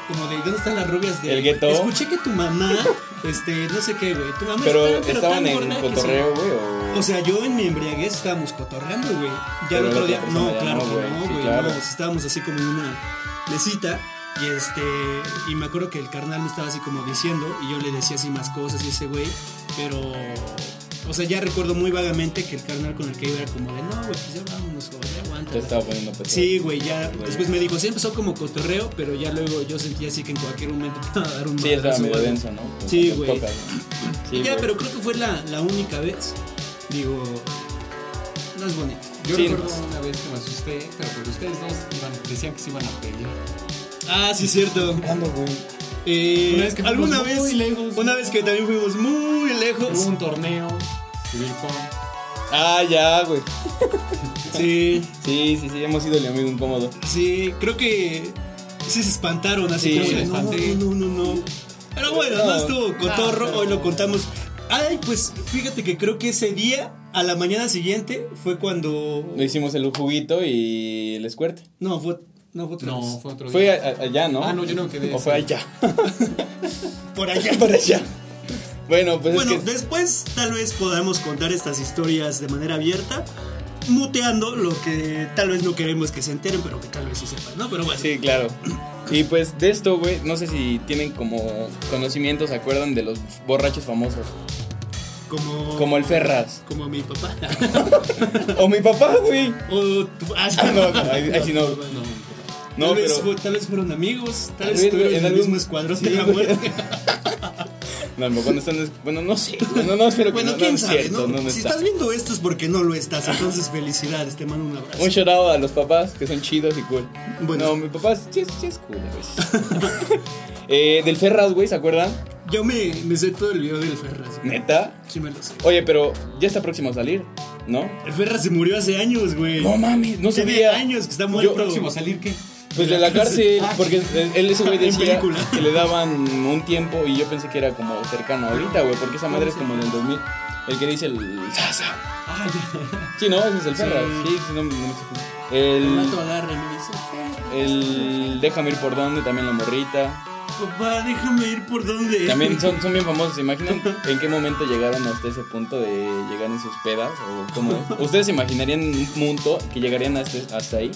Speaker 1: Como de, ¿dónde están las rubias de...?
Speaker 3: El gueto.
Speaker 1: Escuché que tu mamá, este, no sé qué, güey. Tu mamá
Speaker 3: Pero
Speaker 1: está, pero
Speaker 3: estaban
Speaker 1: tan
Speaker 3: en
Speaker 1: gorda
Speaker 3: el
Speaker 1: que se-
Speaker 3: cotorreo, güey, o.
Speaker 1: o sea, yo en mi embriaguez estábamos cotorreando, güey. Ya
Speaker 3: Pero
Speaker 1: el
Speaker 3: la
Speaker 1: otro
Speaker 3: otra
Speaker 1: día.
Speaker 3: persona
Speaker 1: No,
Speaker 3: ya
Speaker 1: claro
Speaker 3: no,
Speaker 1: que
Speaker 3: güey.
Speaker 1: no,
Speaker 3: Sí,
Speaker 1: güey.
Speaker 3: claro.
Speaker 1: No, pues, estábamos así como en una mesita. Y este. Y me acuerdo que el carnal me estaba así como diciendo. Y yo le decía así más cosas y ese güey. Pero. O sea, ya recuerdo muy vagamente que el carnal con el que iba era como de no, güey, pues ya vámonos, joder, ya aguanta.
Speaker 3: te estaba poniendo pesado.
Speaker 1: Sí, güey, ya.
Speaker 3: Güey.
Speaker 1: Después me dijo, sí empezó como cotorreo, pero ya luego yo sentía así que en cualquier momento te iba a dar un
Speaker 3: Sí, estaba
Speaker 1: madrazo o
Speaker 3: medio
Speaker 1: algo.
Speaker 3: denso, ¿no? Con
Speaker 1: Sí,
Speaker 3: tantas
Speaker 1: güey.
Speaker 3: cocas, ¿no? Sí,
Speaker 1: ya,
Speaker 3: güey.
Speaker 1: pero creo que fue la, la única vez. Digo, no es bonito.
Speaker 2: Yo
Speaker 3: Sí,
Speaker 2: recuerdo
Speaker 3: no.
Speaker 2: una vez que me asusté, pero porque ustedes dos iban- decían que se iban a pelear.
Speaker 1: Ah, sí, cierto.
Speaker 3: ¿Cuándo, güey?
Speaker 1: Eh,
Speaker 2: Una vez que fuimos
Speaker 1: alguna
Speaker 2: muy
Speaker 1: vez,
Speaker 2: lejos.
Speaker 1: una vez que también fuimos muy
Speaker 2: Hubo
Speaker 1: lejos.
Speaker 2: un torneo de beer pong.
Speaker 3: Ah, ya, güey.
Speaker 1: Sí,
Speaker 3: Sí, sí, sí, hemos sido el amigo incómodo.
Speaker 1: sí, creo que sí se espantaron así.
Speaker 3: Sí,
Speaker 1: como
Speaker 3: sí me
Speaker 1: de,
Speaker 2: espanté.
Speaker 1: no, no, no, no. Pero bueno, no,
Speaker 3: No.
Speaker 1: estuvo cotorro,
Speaker 2: Ah, pero-
Speaker 1: hoy lo contamos. Ay, pues fíjate que creo que ese día, a la mañana siguiente, fue cuando...
Speaker 3: Lo hicimos el juguito y el escuerte.
Speaker 1: No, fue, no, fue otra
Speaker 2: No,
Speaker 1: vez.
Speaker 2: fue otro
Speaker 3: Fue
Speaker 2: día.
Speaker 3: a- a- allá, ¿no?
Speaker 2: Ah, no, yo no quedé.
Speaker 3: O fue allá.
Speaker 1: Por allá.
Speaker 3: Por allá. Bueno, pues
Speaker 1: bueno,
Speaker 3: es que.
Speaker 1: después tal vez podamos contar estas historias de manera abierta, muteando lo que tal vez no queremos que se enteren, pero que tal vez sí sepan, ¿no? Pero bueno,
Speaker 3: Sí, claro. Y pues de esto, güey, no sé si tienen como conocimientos, ¿se acuerdan de los borrachos famosos?
Speaker 1: como,
Speaker 3: Como el Ferraz.
Speaker 1: como mi papá.
Speaker 3: O mi papá, güey.
Speaker 1: o tu- ah,
Speaker 3: Ah, no, no, ahí- ahí sí no.
Speaker 2: No,
Speaker 3: No,
Speaker 1: tal, vez,
Speaker 3: pero.
Speaker 1: fue- tal vez fueron amigos, tal
Speaker 3: Tal
Speaker 1: vez
Speaker 3: vez,
Speaker 1: estuvieron en
Speaker 3: güey, en
Speaker 1: el
Speaker 3: algún-
Speaker 1: mismo escuadrón
Speaker 3: Sí,
Speaker 1: de la
Speaker 3: güey.
Speaker 1: muerte.
Speaker 3: No, no, cuando están. Bueno, no sé. Bueno, no, espero que
Speaker 1: bueno,
Speaker 3: no,
Speaker 1: quién
Speaker 3: no es
Speaker 1: sabe,
Speaker 3: cierto,
Speaker 1: ¿no?
Speaker 3: no, no
Speaker 1: si
Speaker 3: está.
Speaker 1: estás viendo esto es porque no lo estás, entonces felicidades, te mando un abrazo.
Speaker 3: Un shout out a los papás que son chidos y cool.
Speaker 1: pues- Bueno.
Speaker 3: No, mi papá es- sí, es- sí es cool a veces. Eh, del Ferraz, güey, ¿se acuerdan?
Speaker 1: Yo me, me sé todo el video del Ferraz. güey.
Speaker 3: Neta.
Speaker 1: Sí me lo sé.
Speaker 3: Oye, pero ya está próximo a salir, ¿no?
Speaker 1: El Ferraz se murió hace años, güey.
Speaker 3: No mames, no
Speaker 1: Tiene
Speaker 3: sabía.
Speaker 1: años que está
Speaker 2: Yo
Speaker 1: muerto.
Speaker 2: próximo a salir qué?
Speaker 3: Pues de la cárcel,
Speaker 2: Ah,
Speaker 3: porque él ese güey
Speaker 1: En
Speaker 3: decía
Speaker 1: película.
Speaker 3: que le daban un tiempo y yo pensé que era como cercano ahorita, güey, porque esa madre es como del 2000. El que dice el Sasa.
Speaker 2: Ah, ya.
Speaker 3: Sí, no, ese es el Ferraz.
Speaker 1: Sí.
Speaker 3: Sí, sí, no, no me El
Speaker 1: Mato a Darren, me dice,
Speaker 3: el déjame ir por donde también la morrita.
Speaker 1: Papá, déjame ir por donde.
Speaker 3: También son, son bien famosos. ¿Se imaginan en qué momento llegaron hasta ese punto de llegar en sus pedas? ¿O cómo es? ¿Ustedes se imaginarían un punto que llegarían hasta, hasta ahí?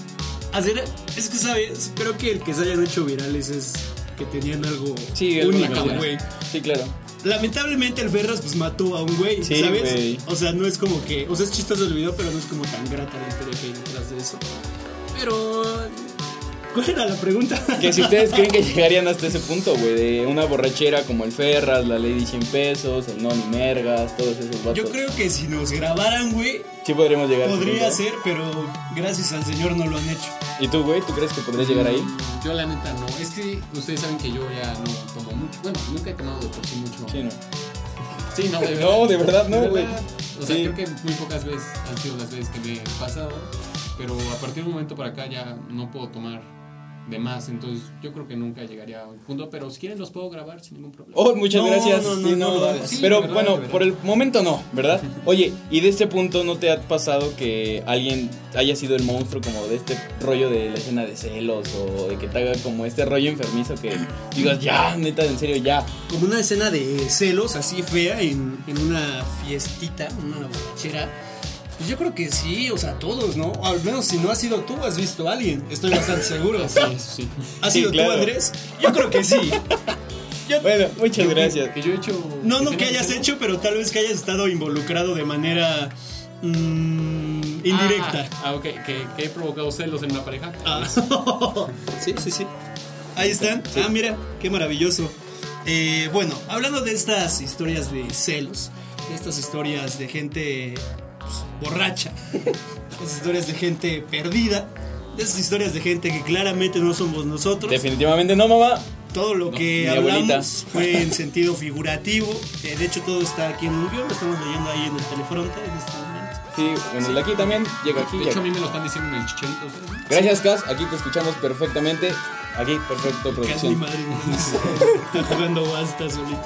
Speaker 1: Hacer- es que sabes, creo que el que se hayan hecho virales es que tenían algo
Speaker 3: Sí, alguna
Speaker 1: único,
Speaker 3: cosa.
Speaker 1: güey.
Speaker 3: Sí, claro.
Speaker 1: Lamentablemente el Ferras pues mató a un güey,
Speaker 3: Sí,
Speaker 1: ¿sabes?
Speaker 3: güey.
Speaker 1: O sea, no es como que, o sea, es chistoso el video, pero no es como tan grata la historia que hay detrás de eso. Pero ¿cuál era la pregunta?
Speaker 3: Que si ustedes creen que llegarían hasta ese punto, güey, de una borrachera como el Ferras, la Lady 100 pesos, el Noni Mergas, todos esos vatos.
Speaker 1: Yo creo que si nos grabaran, güey,
Speaker 3: Sí podríamos llegar. a ese
Speaker 1: podría
Speaker 3: punto.
Speaker 1: ser, pero gracias al señor no lo han hecho.
Speaker 3: ¿Y tú, güey? ¿Tú crees que podrías llegar ahí?
Speaker 2: Yo la neta no. Es que ustedes saben que yo ya no tomo mucho. Bueno, nunca he tomado de por sí mucho.
Speaker 3: Sí, no.
Speaker 2: Sí, no, de verdad.
Speaker 3: No, de verdad no,
Speaker 2: De
Speaker 3: güey.
Speaker 2: O sea,
Speaker 3: Sí.
Speaker 2: creo que muy pocas veces han sido las veces que me he pasado. Pero a partir de un momento para acá ya no puedo tomar de más. Entonces yo creo que nunca llegaría a un punto. Pero si quieren los puedo grabar sin ningún problema.
Speaker 3: Oh, muchas
Speaker 1: No,
Speaker 3: gracias.
Speaker 1: no, no,
Speaker 3: Sí,
Speaker 1: no lo
Speaker 3: vale.
Speaker 1: hagas.
Speaker 2: Sí,
Speaker 3: Pero
Speaker 2: de verdad,
Speaker 3: bueno,
Speaker 2: de verdad.
Speaker 3: por el momento no, ¿verdad? Oye, ¿y de este punto no te ha pasado que alguien haya sido el monstruo como de este rollo de la escena de celos o de que te haga como este rollo enfermizo que digas, ya, neta, en serio, ya?
Speaker 1: Como una escena de celos así fea en, en una fiestita, una borrachera. Pues yo creo que sí, o sea, todos, ¿no? O al menos si no has sido tú, has visto a alguien. Estoy bastante seguro.
Speaker 2: Sí, eso sí.
Speaker 1: ¿Has
Speaker 3: Sí,
Speaker 1: sido
Speaker 3: claro.
Speaker 1: tú, Andrés? Yo creo que sí. Yo-
Speaker 3: Bueno, muchas gracias.
Speaker 2: Que yo he hecho.
Speaker 1: no, no
Speaker 2: escenas
Speaker 1: que hayas
Speaker 2: de-
Speaker 1: hecho, pero tal vez que hayas estado involucrado de manera mm, indirecta.
Speaker 2: Ah, ah, ok. Que, que he provocado celos en una pareja.
Speaker 1: Ah. sí, sí, sí. Ahí están. Ah, mira, qué maravilloso. Eh, bueno, hablando de estas historias de celos, de estas historias de gente pues, borracha, de estas historias de gente perdida, de estas historias de gente que claramente no somos nosotros.
Speaker 3: Definitivamente no, mamá.
Speaker 1: Todo lo
Speaker 2: No,
Speaker 1: que
Speaker 3: mi abuelita.
Speaker 1: hablamos fue en sentido figurativo. Eh, de hecho, todo está aquí en un guión. Lo estamos leyendo ahí en el telefronte en este momento.
Speaker 3: Sí, bueno, el de aquí también llega aquí.
Speaker 2: De
Speaker 3: llega.
Speaker 2: hecho, a mí me lo están diciendo en el chicharito. ¿ustedes no?
Speaker 3: Gracias, Cas. Aquí te escuchamos perfectamente. Aquí, perfecto,
Speaker 1: Casi mi
Speaker 3: producción.
Speaker 1: madre no sé, está jugando basta solito.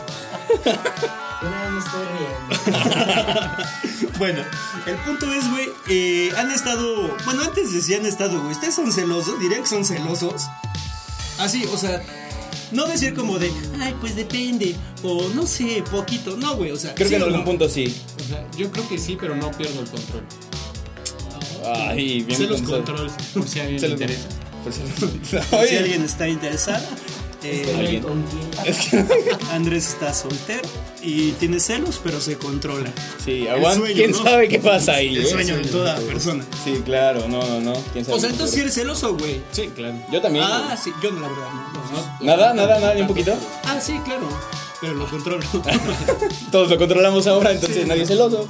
Speaker 4: Yo nada más me estoy riendo.
Speaker 1: Bueno, el punto es, güey, eh, han estado. Bueno, antes decía han estado, güey. Ustedes son celosos, dirían que son celosos. Así, o sea, no decir como de, ay, pues depende, o no sé, poquito. No, güey, o sea.
Speaker 3: Creo
Speaker 1: sí
Speaker 3: que en
Speaker 1: o
Speaker 3: algún
Speaker 1: no.
Speaker 3: punto sí.
Speaker 2: O sea, yo creo que sí, pero no pierdo el control.
Speaker 3: Ay, bien
Speaker 1: Celos
Speaker 3: pensado.
Speaker 1: control.
Speaker 2: Por si a alguien le
Speaker 3: Celos-
Speaker 2: interesa.
Speaker 3: Por si-
Speaker 1: Por Si
Speaker 3: Oye.
Speaker 1: alguien está interesado, eh,
Speaker 3: Alguien.
Speaker 4: ¿Con quién?
Speaker 1: Andrés está soltero y tiene celos, pero se controla.
Speaker 3: Sí, aguanta.
Speaker 1: sueño,
Speaker 3: ¿Quién
Speaker 1: ¿no?
Speaker 3: sabe qué pasa ahí?
Speaker 1: El
Speaker 3: eh?
Speaker 1: sueño de toda persona.
Speaker 3: Sí, claro, no, no, no. ¿Quién sabe
Speaker 1: O sea,
Speaker 3: qué
Speaker 1: Pues entonces si
Speaker 3: pasa?
Speaker 1: eres celoso, güey.
Speaker 2: Sí, claro.
Speaker 3: Yo también.
Speaker 1: Ah,
Speaker 3: güey.
Speaker 1: sí, yo no, la verdad. no, no.
Speaker 3: Nada, nada, nada, ni un poquito.
Speaker 1: Ah, sí, claro. Pero lo controlo.
Speaker 3: Todos lo controlamos ahora, entonces nadie es celoso.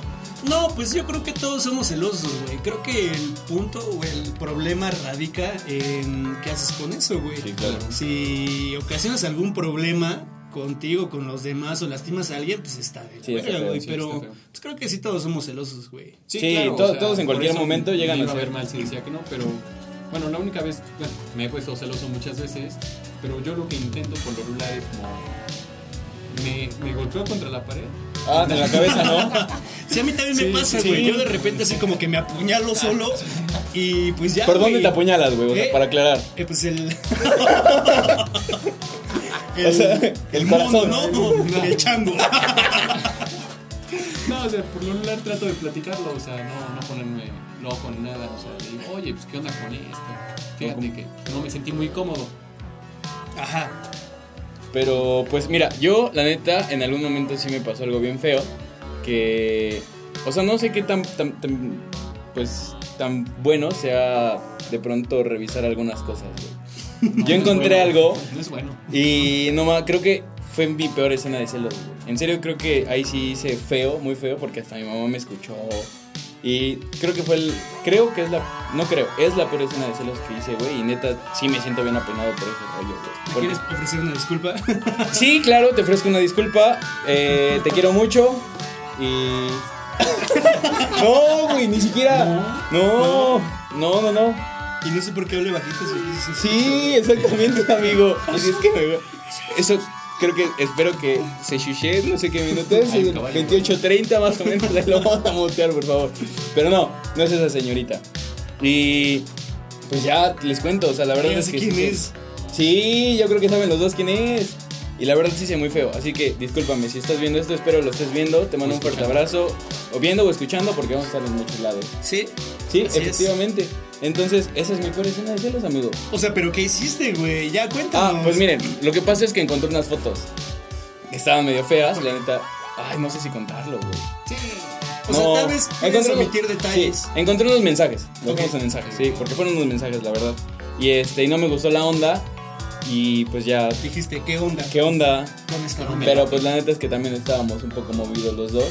Speaker 1: No, pues yo creo que todos somos celosos, güey. Creo que el punto o el problema radica en qué haces con eso, güey.
Speaker 3: Sí, claro.
Speaker 1: Si ocasionas algún problema contigo, con los demás o lastimas a alguien, pues está de
Speaker 3: Sí,
Speaker 1: la
Speaker 3: está
Speaker 1: verga,
Speaker 3: feo,
Speaker 1: güey.
Speaker 2: sí,
Speaker 1: Pero
Speaker 2: está feo.
Speaker 1: pues creo que sí todos somos celosos, güey.
Speaker 3: Sí, to- todos en
Speaker 2: por
Speaker 3: cualquier
Speaker 2: eso
Speaker 3: momento
Speaker 2: me
Speaker 3: llegan
Speaker 2: iba
Speaker 3: a
Speaker 2: a
Speaker 3: ser.
Speaker 2: ver mal si decía que no, pero bueno, la única vez, bueno, me he puesto celoso muchas veces, pero yo lo que intento por lo regular es como me, me golpeo contra la pared.
Speaker 3: Ah, en la cabeza, ¿no?
Speaker 1: Sí, a mí también
Speaker 2: Sí,
Speaker 1: me pasa,
Speaker 2: sí.
Speaker 1: güey. Yo de repente así como que me apuñalo solo y pues ya.
Speaker 3: ¿Por dónde
Speaker 1: güey.
Speaker 3: te apuñalas, güey? O sea,
Speaker 1: ¿Eh?
Speaker 3: para aclarar.
Speaker 1: Eh, pues el.
Speaker 3: O sea, el corazón.
Speaker 1: mono, ¿no? El chango.
Speaker 2: No, o sea, por lo regular trato de platicarlo, o sea, no, no ponerme loco ni nada, o sea, le digo, oye, pues qué onda con esto. Fíjate que no me sentí muy cómodo.
Speaker 1: Ajá.
Speaker 3: Pero pues mira, yo la neta en algún momento sí me pasó algo bien feo. Que... O sea, no sé qué tan... tan, tan- pues tan bueno sea de pronto revisar algunas cosas, güey.
Speaker 2: No, no
Speaker 3: Yo
Speaker 2: es
Speaker 3: encontré algo.
Speaker 2: No es bueno.
Speaker 3: Y no más, creo que fue mi peor escena de celos. güey. En serio, creo que ahí sí hice feo, muy feo, porque hasta mi mamá me escuchó. Y creo que fue el. Creo que es la. No creo, es la peor escena de celos que hice, güey. Y neta, sí me siento bien apenado por ese rollo, güey.
Speaker 1: ¿Me
Speaker 3: Porque-
Speaker 1: quieres ofrecer una disculpa?
Speaker 3: Sí, claro, te ofrezco una disculpa. eh, te quiero mucho. Y. no, güey, ni siquiera. No, no, no, no.
Speaker 1: y no sé por qué hablé bajito. si dices eso.
Speaker 3: Sí, exactamente, amigo. Así es que me- Eso creo que espero que se chuche, no sé qué minuto es,
Speaker 2: Ay, caballo.
Speaker 3: 28.30 más o menos, ahí lo vamos a mutear, por favor. Pero no, no es esa señorita. Y pues ya les cuento, o sea, la verdad
Speaker 1: Ya
Speaker 3: es
Speaker 1: sé
Speaker 3: que
Speaker 1: quién
Speaker 3: sí,
Speaker 1: es.
Speaker 3: sí, Sí, yo creo que saben los dos quién es. Y la verdad sí hice muy feo. Así que discúlpame si estás viendo esto, espero lo estés viendo. Te mando un fuerte abrazo. O viendo o escuchando porque vamos a estar en muchos lados.
Speaker 1: Sí.
Speaker 3: Sí,
Speaker 1: Así es.
Speaker 3: efectivamente. Entonces, esa es mi peor escena de celos, amigo.
Speaker 1: O sea, pero ¿qué hiciste, güey? Ya cuéntanos.
Speaker 3: Ah, pues miren, lo que pasa es que encontré unas fotos. que Estaban medio feas, la neta. Ay, no sé si contarlo, güey.
Speaker 1: Sí. O sea,
Speaker 3: No,
Speaker 1: tal vez puedes
Speaker 3: unos-
Speaker 1: omitir detalles.
Speaker 3: sí, encontré unos mensajes. Los
Speaker 1: Ok.
Speaker 3: puse en mensajes, sí, porque fueron unos mensajes, la verdad. Y este, y no me gustó la onda. Y pues ya,
Speaker 1: Dijiste, ¿qué onda?
Speaker 3: ¿qué onda?
Speaker 1: ¿Dónde está Romeo?
Speaker 3: Pero pues la neta es que también estábamos un poco movidos los dos.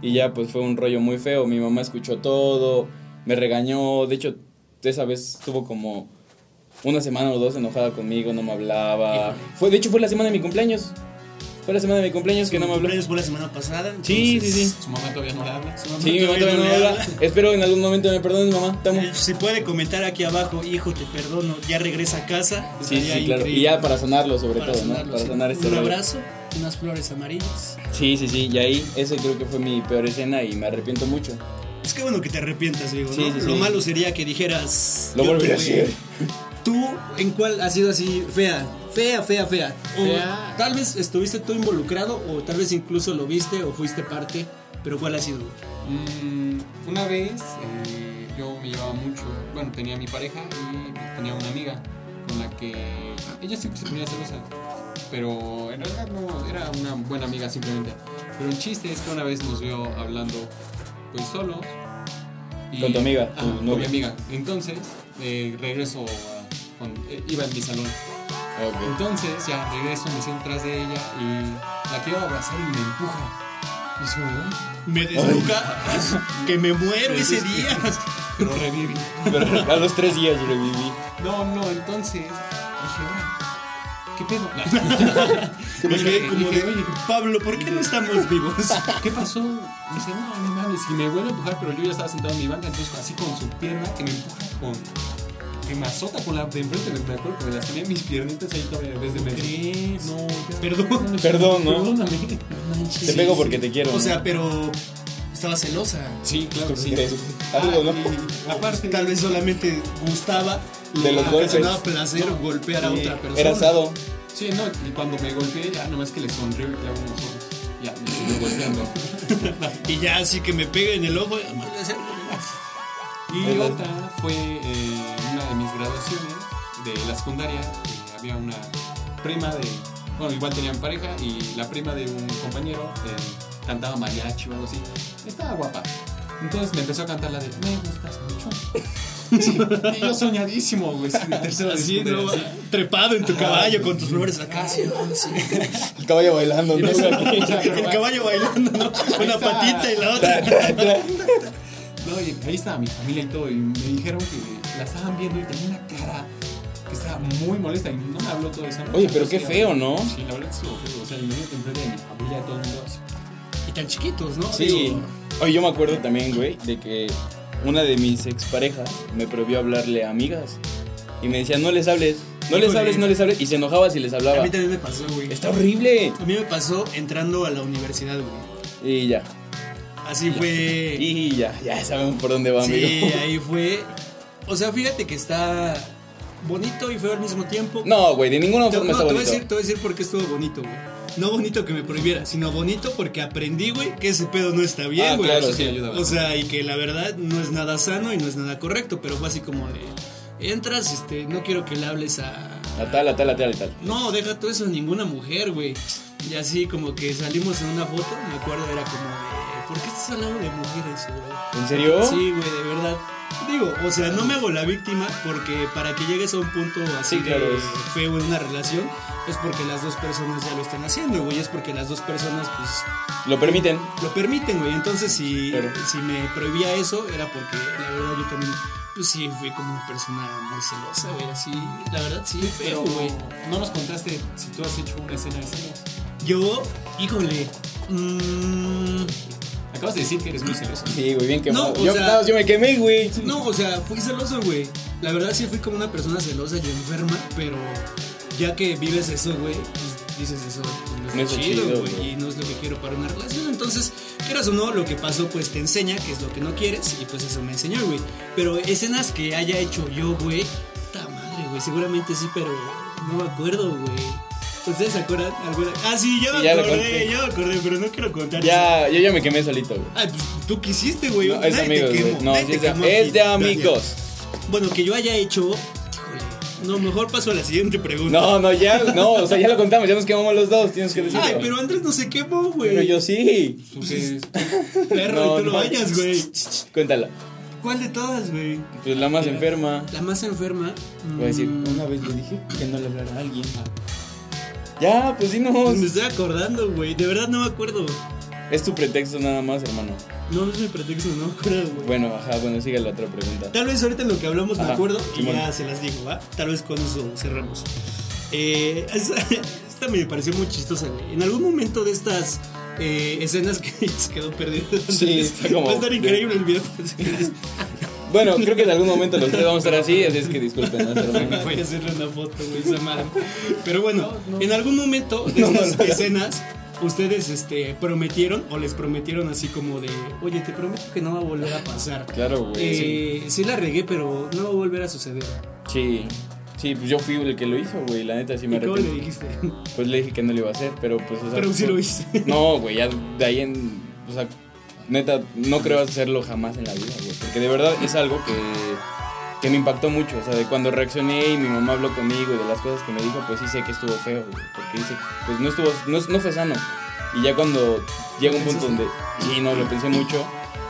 Speaker 3: Y ya pues fue un rollo muy feo. Mi mamá escuchó todo, me regañó. De hecho, esa vez estuvo como una semana o dos enojada conmigo, no me hablaba. Fue, de hecho fue la semana de mi cumpleaños. Fue la semana de mi cumpleaños que no me habló.
Speaker 1: Cumpleaños fue la semana pasada.
Speaker 3: Sí, sí,
Speaker 1: entonces,
Speaker 3: sí.
Speaker 2: Su mamá todavía no la habla.
Speaker 1: su mamá
Speaker 3: Sí, mi mamá todavía no me
Speaker 1: le
Speaker 3: habla. Espero en algún momento me perdones, mamá. Te amo.
Speaker 1: Eh, Si puede comentar aquí abajo, hijo, te perdono, ya regresa a casa.
Speaker 3: Sí,
Speaker 1: Estaría
Speaker 3: sí, claro.
Speaker 1: increíble.
Speaker 3: Y ya para sanarlo sobre
Speaker 1: Para
Speaker 3: todo, ¿no?
Speaker 1: sanarlo,
Speaker 3: Para
Speaker 1: sí.
Speaker 3: sanar este
Speaker 1: Un
Speaker 3: rollo.
Speaker 1: abrazo, unas flores amarillas.
Speaker 3: Sí, sí, sí. Y ahí, ese creo que fue mi peor escena y me arrepiento mucho.
Speaker 1: Es que bueno que te arrepientas, digo,
Speaker 3: Sí,
Speaker 1: ¿no?
Speaker 3: sí,
Speaker 1: Lo
Speaker 3: sí.
Speaker 1: malo sería que dijeras.
Speaker 3: Lo
Speaker 1: yo
Speaker 3: volveré a
Speaker 1: te voy.
Speaker 3: hacer.
Speaker 1: ¿Tú en cuál has sido así fea? Fea, fea, fea. O
Speaker 2: Fea.
Speaker 1: tal vez estuviste tú involucrado, o tal vez incluso lo viste o fuiste parte, pero ¿cuál ha sido?
Speaker 2: Mm, una vez eh, yo me llevaba mucho, bueno, tenía mi pareja y tenía una amiga con la que ella siempre se ponía celosa, pero en realidad no, era una buena amiga simplemente. Pero el chiste es que una vez nos vio hablando pues solos.
Speaker 3: Con tu amiga, tu
Speaker 2: Ajá, con mi
Speaker 3: novia.
Speaker 2: amiga. Entonces, eh, regreso a- con- eh, iba en mi salón. Entonces ya regreso, me siento atrás de ella y la quiero abrazar y me empuja. Y es como, "Ay".
Speaker 1: Me desnuca, que me muero ese día.
Speaker 2: pero reviví.
Speaker 3: Pero a los tres días yo lo viví.
Speaker 2: No, no, entonces dije, "Ay, ¿qué pedo?
Speaker 1: Me
Speaker 2: Dije-
Speaker 1: quedé como
Speaker 2: dije,
Speaker 1: de,
Speaker 2: "Oye,
Speaker 1: Pablo, ¿por qué no estamos vivos?
Speaker 2: ¿Qué pasó? Me dice, no, no mames, y me vuelve a empujar, pero yo ya estaba sentado en mi banca, entonces así con su pierna que me empuja con. que me azota con la de enfrente, me, me acuerdo que me lastimé mis piernitas ahí todavía en vez de medir. No, ya-
Speaker 1: Perdón.
Speaker 3: Perdón, ¿no?
Speaker 2: Perdóname.
Speaker 3: Te pego porque te quiero.
Speaker 1: O sea,
Speaker 3: ¿no?
Speaker 1: pero estaba celosa.
Speaker 2: Sí, claro,
Speaker 3: Tú
Speaker 2: sí. Ah,
Speaker 3: crees. Algo, ¿no?
Speaker 2: y aparte,
Speaker 1: Tal vez solamente gustaba
Speaker 3: De
Speaker 1: le
Speaker 3: los golpes.
Speaker 1: ocasionaba placer golpear a
Speaker 2: Sí,
Speaker 1: otra persona.
Speaker 3: Era asado.
Speaker 2: Sí, no, y cuando me golpeé, ya nomás que le sonrió y le hago unos ojos. Ya, me siguió golpeando.
Speaker 1: Y ya así que me pega en el ojo.
Speaker 2: Y
Speaker 3: Ahí va.
Speaker 2: otra fue eh, una de mis graduaciones de la secundaria. eh, había una prima de. Bueno, igual tenían pareja y la prima de un compañero eh, cantaba mariachi o algo así. Estaba guapa. Entonces me empezó a cantar la de Me gustas mucho. Sí, y yo soñadísimo, güey, sí, de tercero de
Speaker 1: Así, ¿no?
Speaker 2: secundaria,
Speaker 1: trepado en tu caballo con tus flores acá. sí, ¿no? Sí.
Speaker 3: El caballo bailando, ¿no?
Speaker 2: sí. O sea, pero
Speaker 1: El caballo bailando, ¿no? Una patita y la otra.
Speaker 2: No, y ahí estaba mi familia y todo, y me dijeron que la estaban viendo y tenía una cara que estaba muy molesta y no me habló todo eso.
Speaker 3: Oye, pero qué feo, ¿no?
Speaker 2: Sí, la verdad es que estuvo feo. O sea, imagínate enfrente de mi familia, de todo el mundo. así.
Speaker 1: Y tan chiquitos, ¿no?
Speaker 3: Sí.
Speaker 1: Digo,
Speaker 3: Oye, yo me acuerdo también, güey, de que una de mis exparejas me prohibió hablarle a amigas. Y me decía, no les hables, no les
Speaker 1: Híjole.
Speaker 3: hables, no les hables. Y se enojaba si les
Speaker 1: A
Speaker 3: hablaba.
Speaker 1: mí también me pasó, güey.
Speaker 3: Está horrible.
Speaker 1: A mí me pasó entrando a la universidad, güey.
Speaker 3: Y ya.
Speaker 1: Así fue.
Speaker 3: Y ya, ya sabemos por dónde va, amigo.
Speaker 1: Sí, ahí fue. O sea, fíjate que está bonito y feo al mismo tiempo.
Speaker 3: No, güey, de ninguna
Speaker 1: Te-
Speaker 3: forma
Speaker 1: no,
Speaker 3: está
Speaker 1: te voy a
Speaker 3: bonito.
Speaker 1: decir, te voy a decir por qué estuvo bonito, güey. No bonito que me prohibiera, sino bonito porque aprendí, güey, que ese pedo no está bien,
Speaker 3: Ah,
Speaker 1: güey.
Speaker 3: claro,
Speaker 1: O sea,
Speaker 2: sí, ayuda
Speaker 1: O sea, y que la verdad no es nada sano y no es nada correcto, pero fue así como de entras, este, no quiero que le hables a
Speaker 3: A tal, a tal, a tal, a tal.
Speaker 1: No, deja todo eso a ninguna mujer, güey. Y así como que salimos en una foto, me acuerdo era como de ¿Por qué estás hablando de mujeres, güey?
Speaker 3: ¿En serio?
Speaker 1: Sí, güey, de verdad. Digo, o sea, no me hago la víctima porque para que llegues a un punto así
Speaker 3: Sí, claro,
Speaker 1: de
Speaker 3: es-
Speaker 1: feo en una relación es porque las dos personas ya lo están haciendo, güey. Es porque las dos personas, pues,
Speaker 3: Lo permiten.
Speaker 1: lo permiten, güey. Entonces, si,
Speaker 3: Claro.
Speaker 1: si me prohibía eso, era porque la verdad yo también, pues sí, fui como una persona muy celosa, güey. Así, la verdad, sí, feo,
Speaker 2: Pero,
Speaker 1: güey.
Speaker 2: no nos contaste si tú has hecho una escena de celos.
Speaker 1: Yo, híjole, mm,
Speaker 2: Acabas de decir que eres muy celoso.
Speaker 3: Sí, güey, bien quemado.
Speaker 1: o
Speaker 3: yo,
Speaker 1: sea-
Speaker 3: no, yo me quemé, güey.
Speaker 1: No, o sea, fui celoso, güey. La verdad sí fui como una persona celosa y enferma, pero ya que vives eso, güey, pues dices eso, pues, no es chido, güey, y no es lo que quiero para una relación. Entonces, quieras o no, lo que pasó, pues te enseña que es lo que no quieres, y pues eso me enseñó, güey. Pero escenas que haya hecho yo, güey, puta madre, güey. Seguramente sí, pero no me acuerdo, güey. ¿Ustedes se acuerdan? alguna? Ah, sí, ya me
Speaker 3: Sí, ya lo
Speaker 1: acordé,
Speaker 3: conté.
Speaker 1: ya me acordé, pero no quiero contar. eso.
Speaker 3: Ya, yo ya me quemé solito, güey.
Speaker 1: Ay, pues tú quisiste, güey.
Speaker 3: No, es de
Speaker 1: Nadie te
Speaker 3: amigos,
Speaker 1: quemó,
Speaker 3: güey. No,
Speaker 1: nadie
Speaker 3: sí
Speaker 1: te
Speaker 3: es de,
Speaker 1: quemó
Speaker 3: es
Speaker 1: aquí,
Speaker 3: de
Speaker 1: Daniel.
Speaker 3: amigos.
Speaker 1: Bueno, que yo haya hecho. híjole, No, mejor paso a la siguiente pregunta.
Speaker 3: No, no, ya, no, o sea, ya lo contamos, ya nos quemamos los dos, tienes que decirlo.
Speaker 1: Ay, pero Andrés no se quemó, güey.
Speaker 3: Pero yo sí.
Speaker 2: Porque
Speaker 1: Perro,
Speaker 3: No,
Speaker 1: y tú no,
Speaker 3: no.
Speaker 1: vayas, güey.
Speaker 3: Cuéntala.
Speaker 1: ¿Cuál de todas, güey?
Speaker 3: Pues la más enferma.
Speaker 1: La más enferma.
Speaker 3: Voy a decir,
Speaker 1: mm,
Speaker 3: una vez le dije que no le hablara a alguien.
Speaker 2: Ah,
Speaker 3: Ya, pues dinos.
Speaker 1: Mm, Me estoy acordando, güey. De verdad no me acuerdo.
Speaker 3: Es tu pretexto nada más, hermano.
Speaker 1: No, no es mi pretexto, no me acuerdo, güey.
Speaker 3: Bueno, ajá, bueno, sigue la otra pregunta.
Speaker 1: Tal vez ahorita en lo que hablamos me
Speaker 3: Ajá,
Speaker 1: acuerdo y
Speaker 3: Simón.
Speaker 1: ya se las digo, ¿va? Tal vez con eso cerramos. Eh, esta, esta me pareció muy chistosa, güey. En algún momento de estas eh, escenas que se quedó perdida.
Speaker 3: Sí, está como-
Speaker 1: Va a estar increíble el video.
Speaker 3: Bueno, creo que en algún momento los tres vamos a estar así, así es que disculpen, ¿no? Pero bueno.
Speaker 1: Voy a hacerle una foto, güey, esa madre. Pero bueno, en algún momento de estas escenas, ustedes este, prometieron o les prometieron así como de, oye, te prometo que no va a volver a pasar.
Speaker 3: Claro, güey. sí.
Speaker 1: Eh, sí la regué, pero no va a volver a suceder.
Speaker 3: Sí. Sí, pues yo fui el que lo hizo, güey. La neta sí me
Speaker 1: ¿Y cómo le
Speaker 3: arrepentí.
Speaker 1: dijiste?
Speaker 3: Pues le dije que no lo iba a hacer, pero pues. o sea,
Speaker 1: Pero sí
Speaker 3: fue-
Speaker 1: lo hice.
Speaker 3: No, güey, ya de ahí en. O sea, neta, no creo hacerlo jamás en la vida, güey. Porque de verdad es algo que, que me impactó mucho. O sea, de cuando reaccioné y mi mamá habló conmigo y de las cosas que me dijo, pues sí sé que estuvo feo, güey. Porque dice, pues no estuvo. No, no fue sano. Y ya cuando llega un punto donde. Sí, no, lo pensé mucho.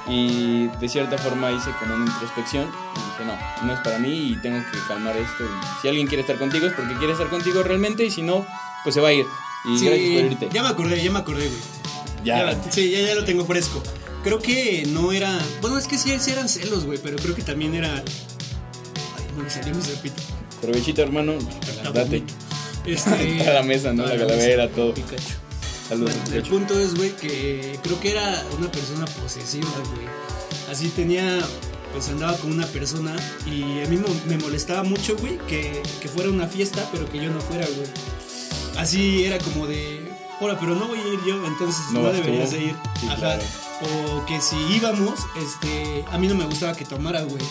Speaker 3: Y de cierta forma hice como una introspección y dije, no, no es para mí y tengo que calmar esto. Y si alguien quiere estar contigo es porque quiere estar contigo realmente y si no, pues se va a ir. Y gracias por irte.
Speaker 1: ya me acordé, ya me acordé, güey. Ya, sí, ya, ya lo tengo fresco. Creo que no era. Bueno, es que sí, sí eran celos, güey, pero creo que también era. Ay, no le salió mi serpita.
Speaker 3: Provechito, hermano. Date.
Speaker 1: Este,
Speaker 3: A la mesa, ¿no?
Speaker 1: a
Speaker 3: La calavera, todo.
Speaker 1: Pikachu.
Speaker 3: Saludos.
Speaker 1: Bueno, el
Speaker 3: Pikachu.
Speaker 1: punto es, güey, que creo que era una persona posesiva, güey. Así tenía, pues andaba con una persona y a mí mo- me molestaba mucho, güey, que, que fuera una fiesta, pero que yo no fuera, güey. Así era como de, hola, pero no voy a ir yo, entonces no,
Speaker 3: No vas tú".
Speaker 1: deberías de ir.
Speaker 3: Sí,
Speaker 1: Ajá.
Speaker 3: claro.
Speaker 1: O que si íbamos, este, a mí no me gustaba que tomara, güey.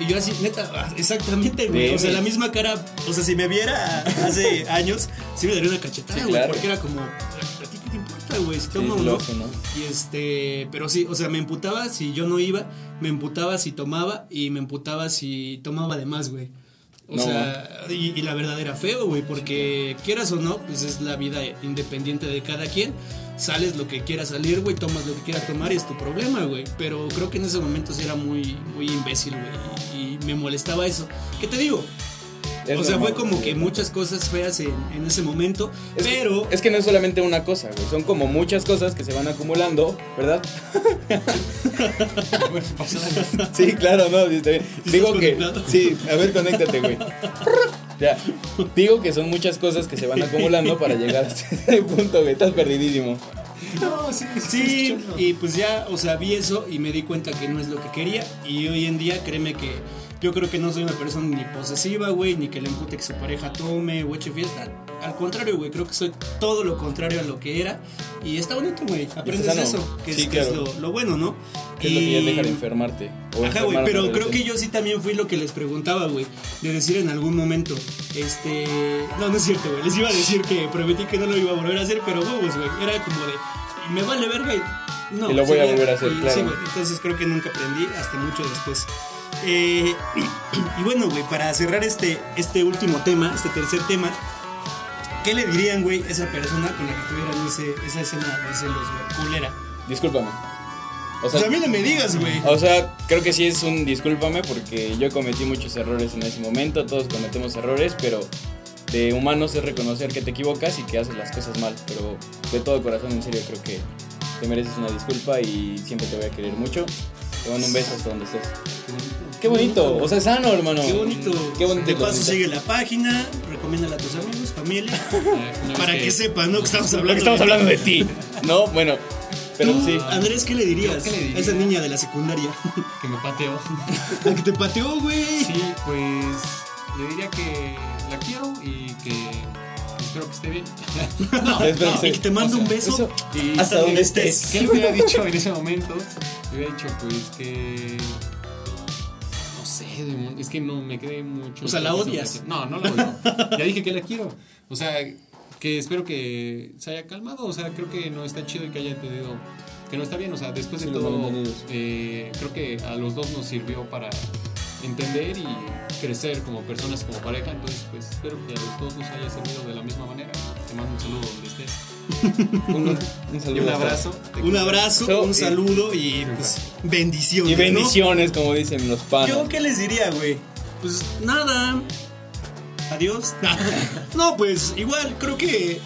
Speaker 1: Y yo así, neta, ah, exactamente, güey. O sea, la
Speaker 3: Deme.
Speaker 1: misma cara, o sea, si me viera hace años, sí me daría una cachetada,
Speaker 3: Sí,
Speaker 1: güey.
Speaker 3: claro.
Speaker 1: Porque era como, ¿a ti qué te importa, güey? Si
Speaker 3: Sí,
Speaker 1: tomo o pues, no.
Speaker 3: loco, ¿no?
Speaker 1: Y este, pero sí, o sea, me emputaba si yo no iba, me emputaba si tomaba y me emputaba si tomaba de más, güey. O
Speaker 3: No,
Speaker 1: sea, y, y la verdad era feo, güey, porque quieras o no, pues es la vida independiente de cada quien. Sales lo que quieras salir, güey, tomas lo que quieras tomar y es tu problema, güey. Pero creo que en ese momento sí era muy, muy imbécil, güey, y, y me molestaba eso. ¿Qué te digo?
Speaker 3: Es
Speaker 1: o sea,
Speaker 3: normal,
Speaker 1: fue como
Speaker 3: güey.
Speaker 1: que muchas cosas feas en, en ese momento,
Speaker 3: Es que-
Speaker 1: pero...
Speaker 3: es que no es solamente una cosa, güey. Son como muchas cosas que se van acumulando, ¿verdad? sí, claro, no, sí, está bien. Digo
Speaker 1: ¿Estás
Speaker 3: que.
Speaker 1: conectado?
Speaker 3: Sí, a ver, conéctate, güey. Ya. Digo que son muchas cosas que se van acumulando para llegar hasta ese punto, güey. Estás perdidísimo.
Speaker 4: No, sí,
Speaker 1: Sí,
Speaker 4: escuchando.
Speaker 1: y pues ya, o sea, vi eso y me di cuenta que no es lo que quería. Y hoy en día, créeme que yo creo que no soy una persona ni posesiva, güey, ni que le empute que su pareja tome o eche fiesta. Al contrario, güey, creo que soy todo lo contrario a lo que era. Y está bonito, güey, aprendes
Speaker 3: sano.
Speaker 1: eso, que es,
Speaker 3: Sí,
Speaker 1: que es
Speaker 3: claro.
Speaker 1: lo, lo bueno, ¿no?
Speaker 3: Que es lo que ya
Speaker 1: Y-
Speaker 3: deja de enfermarte. o
Speaker 1: Ajá, güey,
Speaker 3: enfermar a
Speaker 1: pero
Speaker 3: una
Speaker 1: creo que
Speaker 3: relación.
Speaker 1: yo sí también fui lo que les preguntaba, güey. De decir en algún momento, este. No, no es cierto, güey. Les iba a decir que prometí que no lo iba a volver a hacer, pero huevos, güey. Era como de. Me vale verga y. No,
Speaker 3: Y lo voy
Speaker 1: sí,
Speaker 3: a
Speaker 1: ya.
Speaker 3: volver a hacer,
Speaker 1: Y
Speaker 3: claro.
Speaker 1: sí, güey, entonces creo que nunca aprendí hasta mucho después. Eh, y bueno, güey, para cerrar este, este último tema, este tercer tema, ¿qué le dirían, güey, a esa persona con la que tuvieran ese, esa escena de celos, güey? Culera.
Speaker 3: Discúlpame. O
Speaker 1: O sea, a mí no me digas, güey.
Speaker 3: O sea, creo que sí es un discúlpame porque yo cometí muchos errores en ese momento, todos cometemos errores, pero de humanos es reconocer que te equivocas y que haces las cosas mal, pero de todo corazón, en serio, creo que te mereces una disculpa y siempre te voy a querer mucho. Te mando un beso hasta donde estés. Qué bonito, o sea, es sano, hermano.
Speaker 1: Qué bonito.
Speaker 3: Qué bonito.
Speaker 1: De paso,
Speaker 3: bonito.
Speaker 1: sigue la página, recomiéndala a tus amigos, familia,
Speaker 2: una
Speaker 1: para
Speaker 2: vez
Speaker 1: que sepan, ¿no? Que estamos hablando.
Speaker 3: Porque estamos
Speaker 1: de-
Speaker 3: hablando de ti. No, bueno, pero
Speaker 1: Tú,
Speaker 3: sí.
Speaker 1: Andrés, ¿qué le dirías
Speaker 2: ¿Yo qué le diría?
Speaker 1: a esa niña de la secundaria?
Speaker 2: que me pateo.
Speaker 1: La que te pateó, güey.
Speaker 2: Sí, pues le diría que la quiero y que espero que esté bien. No,
Speaker 3: Espero que
Speaker 1: Y que te mando un beso
Speaker 3: Eso-
Speaker 2: y
Speaker 3: Hasta donde estés.
Speaker 2: ¿Qué le hubiera dicho en ese momento? Le hubiera dicho pues que no sé, demon- es que no me quedé mucho.
Speaker 1: O sea, ¿la
Speaker 2: sobre
Speaker 1: odias?
Speaker 2: eso. No, no la odio. ya dije que la quiero. O sea, que espero que se haya calmado. O sea, creo que no está chido y que haya entendido que no está bien. O sea, después
Speaker 3: Sí,
Speaker 2: de
Speaker 3: los
Speaker 2: todo,
Speaker 3: malentendidos.
Speaker 2: eh, creo que a los dos nos sirvió para entender y crecer como personas, como pareja. Entonces, pues espero que a los dos nos haya servido de la misma manera. Te mando un saludo donde estés.
Speaker 3: Un, un
Speaker 2: Y
Speaker 3: saludo.
Speaker 2: un abrazo. Te
Speaker 1: Un abrazo,
Speaker 3: So,
Speaker 1: un
Speaker 3: y-
Speaker 1: saludo y pues, bendiciones.
Speaker 3: Y
Speaker 1: ¿no?
Speaker 3: bendiciones, como dicen los panos.
Speaker 1: ¿Yo qué les diría, güey? Pues nada. Adiós. no, pues igual, creo que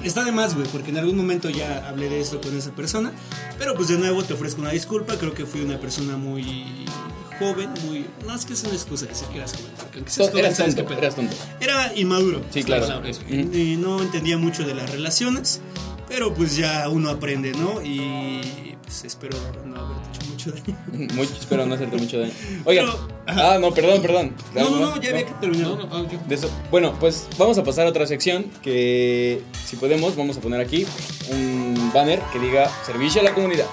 Speaker 1: está de más, güey, porque en algún momento ya hablé de esto con esa persona. Pero pues de nuevo te ofrezco una disculpa. Creo que fui una persona muy joven, muy. No es que es una excusa decir que eras joven. Porque aunque seas
Speaker 3: To-
Speaker 1: joven,
Speaker 3: eras
Speaker 1: sabes
Speaker 3: tonto,
Speaker 1: qué este pedo.
Speaker 3: eras tonto.
Speaker 1: Era inmaduro.
Speaker 3: Sí,
Speaker 1: es la
Speaker 3: claro.
Speaker 1: palabra.
Speaker 2: Eso.
Speaker 3: Ujú.
Speaker 1: Eh, no entendía mucho de las relaciones, pero pues ya uno aprende, ¿no? Y pues espero no haber hecho mucho daño.
Speaker 3: Mucho, espero no hacerte mucho daño. Oigan.
Speaker 1: Pero-
Speaker 3: ah, no, perdón, perdón.
Speaker 1: No, no, no, ya había que terminar.
Speaker 2: No, no, ah, yo-
Speaker 3: De eso- Bueno, pues vamos a pasar a otra sección que, si podemos, vamos a poner aquí un banner que diga servicio a la comunidad.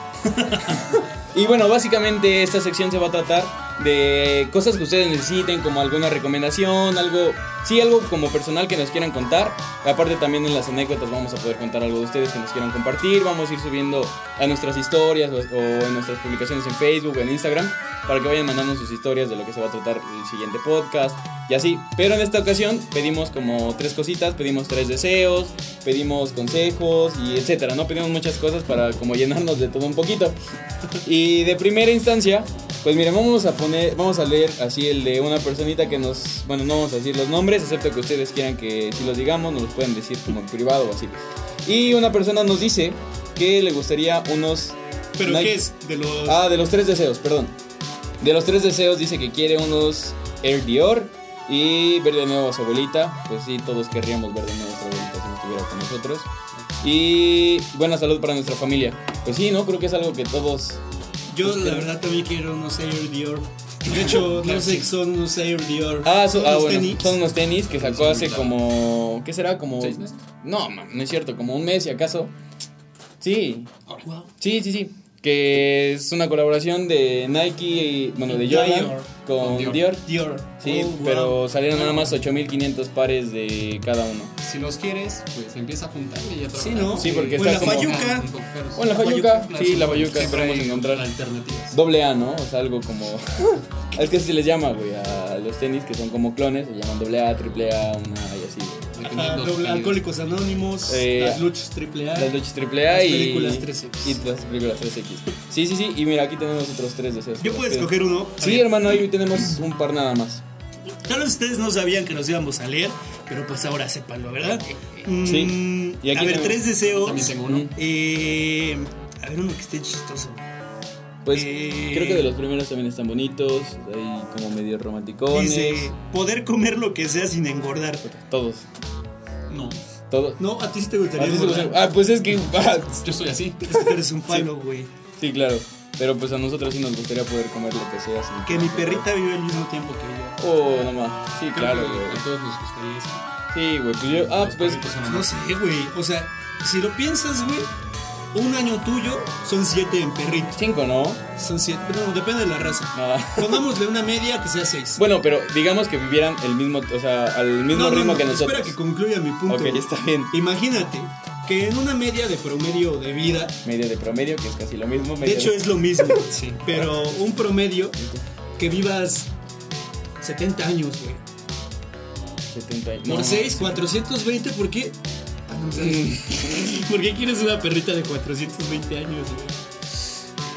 Speaker 3: y bueno, básicamente esta sección se va a tratar de cosas que ustedes necesiten, como alguna recomendación, algo, sí, algo como personal que nos quieran contar. Aparte también en las anécdotas vamos a poder contar algo de ustedes que nos quieran compartir. Vamos a ir subiendo a nuestras historias o, o en nuestras publicaciones en Facebook, en Instagram, para que vayan mandando sus historias de lo que se va a tratar el siguiente podcast y así. Pero en esta ocasión pedimos como tres cositas, pedimos tres deseos, pedimos consejos y etcétera, ¿no? Pedimos muchas cosas para como llenarnos de todo un poquito. Y de primera instancia, pues miren, vamos a poner, vamos a leer así el de una personita que nos, bueno, no vamos a decir los nombres, excepto que ustedes quieran que si los digamos, nos los pueden decir como en privado o así. Y una persona nos dice que le gustaría unos...
Speaker 1: ¿Pero
Speaker 3: Nike-
Speaker 1: qué es? De los.
Speaker 3: Ah, de los tres deseos, perdón. De los tres deseos dice que quiere unos Air Dior y ver de nuevo a su abuelita. Pues sí, todos querríamos ver de nuevo a su abuelita si no estuviera con nosotros. Y buena salud para nuestra familia. Pues sí, ¿no? Creo que es algo que todos...
Speaker 1: Yo la verdad también quiero unos Air Dior. De hecho, no sé qué son unos Air Dior.
Speaker 3: Ah, so-
Speaker 1: Son
Speaker 3: ah,
Speaker 1: unos
Speaker 3: bueno,
Speaker 1: tenis.
Speaker 3: son unos tenis que sacó
Speaker 2: Sí,
Speaker 3: hace
Speaker 2: claro.
Speaker 3: como... ¿Qué será? Como...
Speaker 2: ¿Seis meses?
Speaker 3: No, mam, no es cierto, como un mes si acaso. Sí,
Speaker 1: Wow.
Speaker 3: sí, sí, sí. Que es una colaboración de Nike, y- bueno, de
Speaker 1: Dior.
Speaker 3: Jordan con
Speaker 2: Con Dior.
Speaker 3: Dior.
Speaker 1: Dior.
Speaker 3: Sí,
Speaker 1: Oh, wow.
Speaker 3: pero salieron nada más 8500 pares de cada uno.
Speaker 2: Si los quieres, pues empieza a Ah, juntar y ya
Speaker 1: Sí, ¿no?
Speaker 3: Sí, porque
Speaker 1: Pues
Speaker 3: está
Speaker 1: la
Speaker 3: como-
Speaker 1: Fayuca.
Speaker 3: O en la Fayuca, sí, la Fayuca esperamos encontrar.
Speaker 2: alternativas.
Speaker 3: Doble A, ¿no? O sea, algo como. es que así se les llama, güey, a los tenis que son como clones, se llaman doble A, triple A, una A y así, güey.
Speaker 1: Ajá, doble- Alcohólicos Anónimos,
Speaker 3: Eh,
Speaker 1: las luchas triple A.
Speaker 3: Las noches triple A
Speaker 1: Las
Speaker 3: y.
Speaker 1: películas 3X.
Speaker 3: Y las películas 3X. Sí, sí, sí, y mira, aquí tenemos otros tres deseos.
Speaker 1: Yo puedo
Speaker 3: Ustedes-
Speaker 1: escoger uno. A
Speaker 3: Sí,
Speaker 1: ver,
Speaker 3: hermano, ahí tenemos un par nada más.
Speaker 1: Tal vez ustedes no sabían que nos íbamos a leer, pero pues ahora sépanlo, ¿verdad?
Speaker 3: Sí.
Speaker 1: Mm,
Speaker 3: Y aquí
Speaker 1: a ver,
Speaker 3: tenemos-
Speaker 1: tres deseos.
Speaker 2: También tengo uno.
Speaker 1: Eh, a ver, uno que esté chistoso.
Speaker 3: Pues
Speaker 1: Eh.
Speaker 3: creo que de los primeros también están bonitos, ahí como medio romanticones.
Speaker 1: Dice, poder comer lo que sea sin engordar.
Speaker 3: Todos,
Speaker 2: No,
Speaker 3: todos.
Speaker 1: No, a ti sí te gustaría
Speaker 3: Ah, sí, sí, sí.
Speaker 1: engordar.
Speaker 3: Ah, pues es que. ah,
Speaker 2: yo soy así.
Speaker 1: Es que tú eres un palo, güey.
Speaker 3: sí, claro. Pero pues a nosotros sí nos gustaría poder comer lo que sea. sin-
Speaker 1: Que mi perrita vive al mismo tiempo que yo.
Speaker 3: Oh, no más. Sí,
Speaker 2: Creo
Speaker 3: claro,
Speaker 2: que
Speaker 3: güey.
Speaker 2: a todos nos gustaría eso.
Speaker 3: Sí, güey. Pues yo. Ah,
Speaker 2: Los
Speaker 3: pues.
Speaker 2: perritos son
Speaker 1: Pues no sé, güey. O sea, si lo piensas, güey, un año tuyo son siete en perrito.
Speaker 3: Cinco, ¿no?
Speaker 1: Son siete. No, depende de la raza.
Speaker 3: Nada.
Speaker 1: Pongámosle una media que sea seis.
Speaker 3: Bueno, pero digamos que vivieran el mismo. O sea, al mismo
Speaker 1: No, no,
Speaker 3: ritmo
Speaker 1: no,
Speaker 3: que nosotros.
Speaker 1: Espera que concluya mi punto.
Speaker 3: ok,
Speaker 1: güey.
Speaker 3: está bien.
Speaker 1: Imagínate que en una media de promedio de vida,
Speaker 3: Media de promedio, que es casi lo mismo.
Speaker 1: de
Speaker 3: media
Speaker 1: hecho es lo mismo,
Speaker 2: Sí.
Speaker 1: pero un promedio que vivas 70 años, güey.
Speaker 3: 70 años.
Speaker 1: Por
Speaker 3: No.
Speaker 1: 6, 420, ¿por qué? Ah, no sé. ¿Por qué quieres una perrita de 420 años, güey?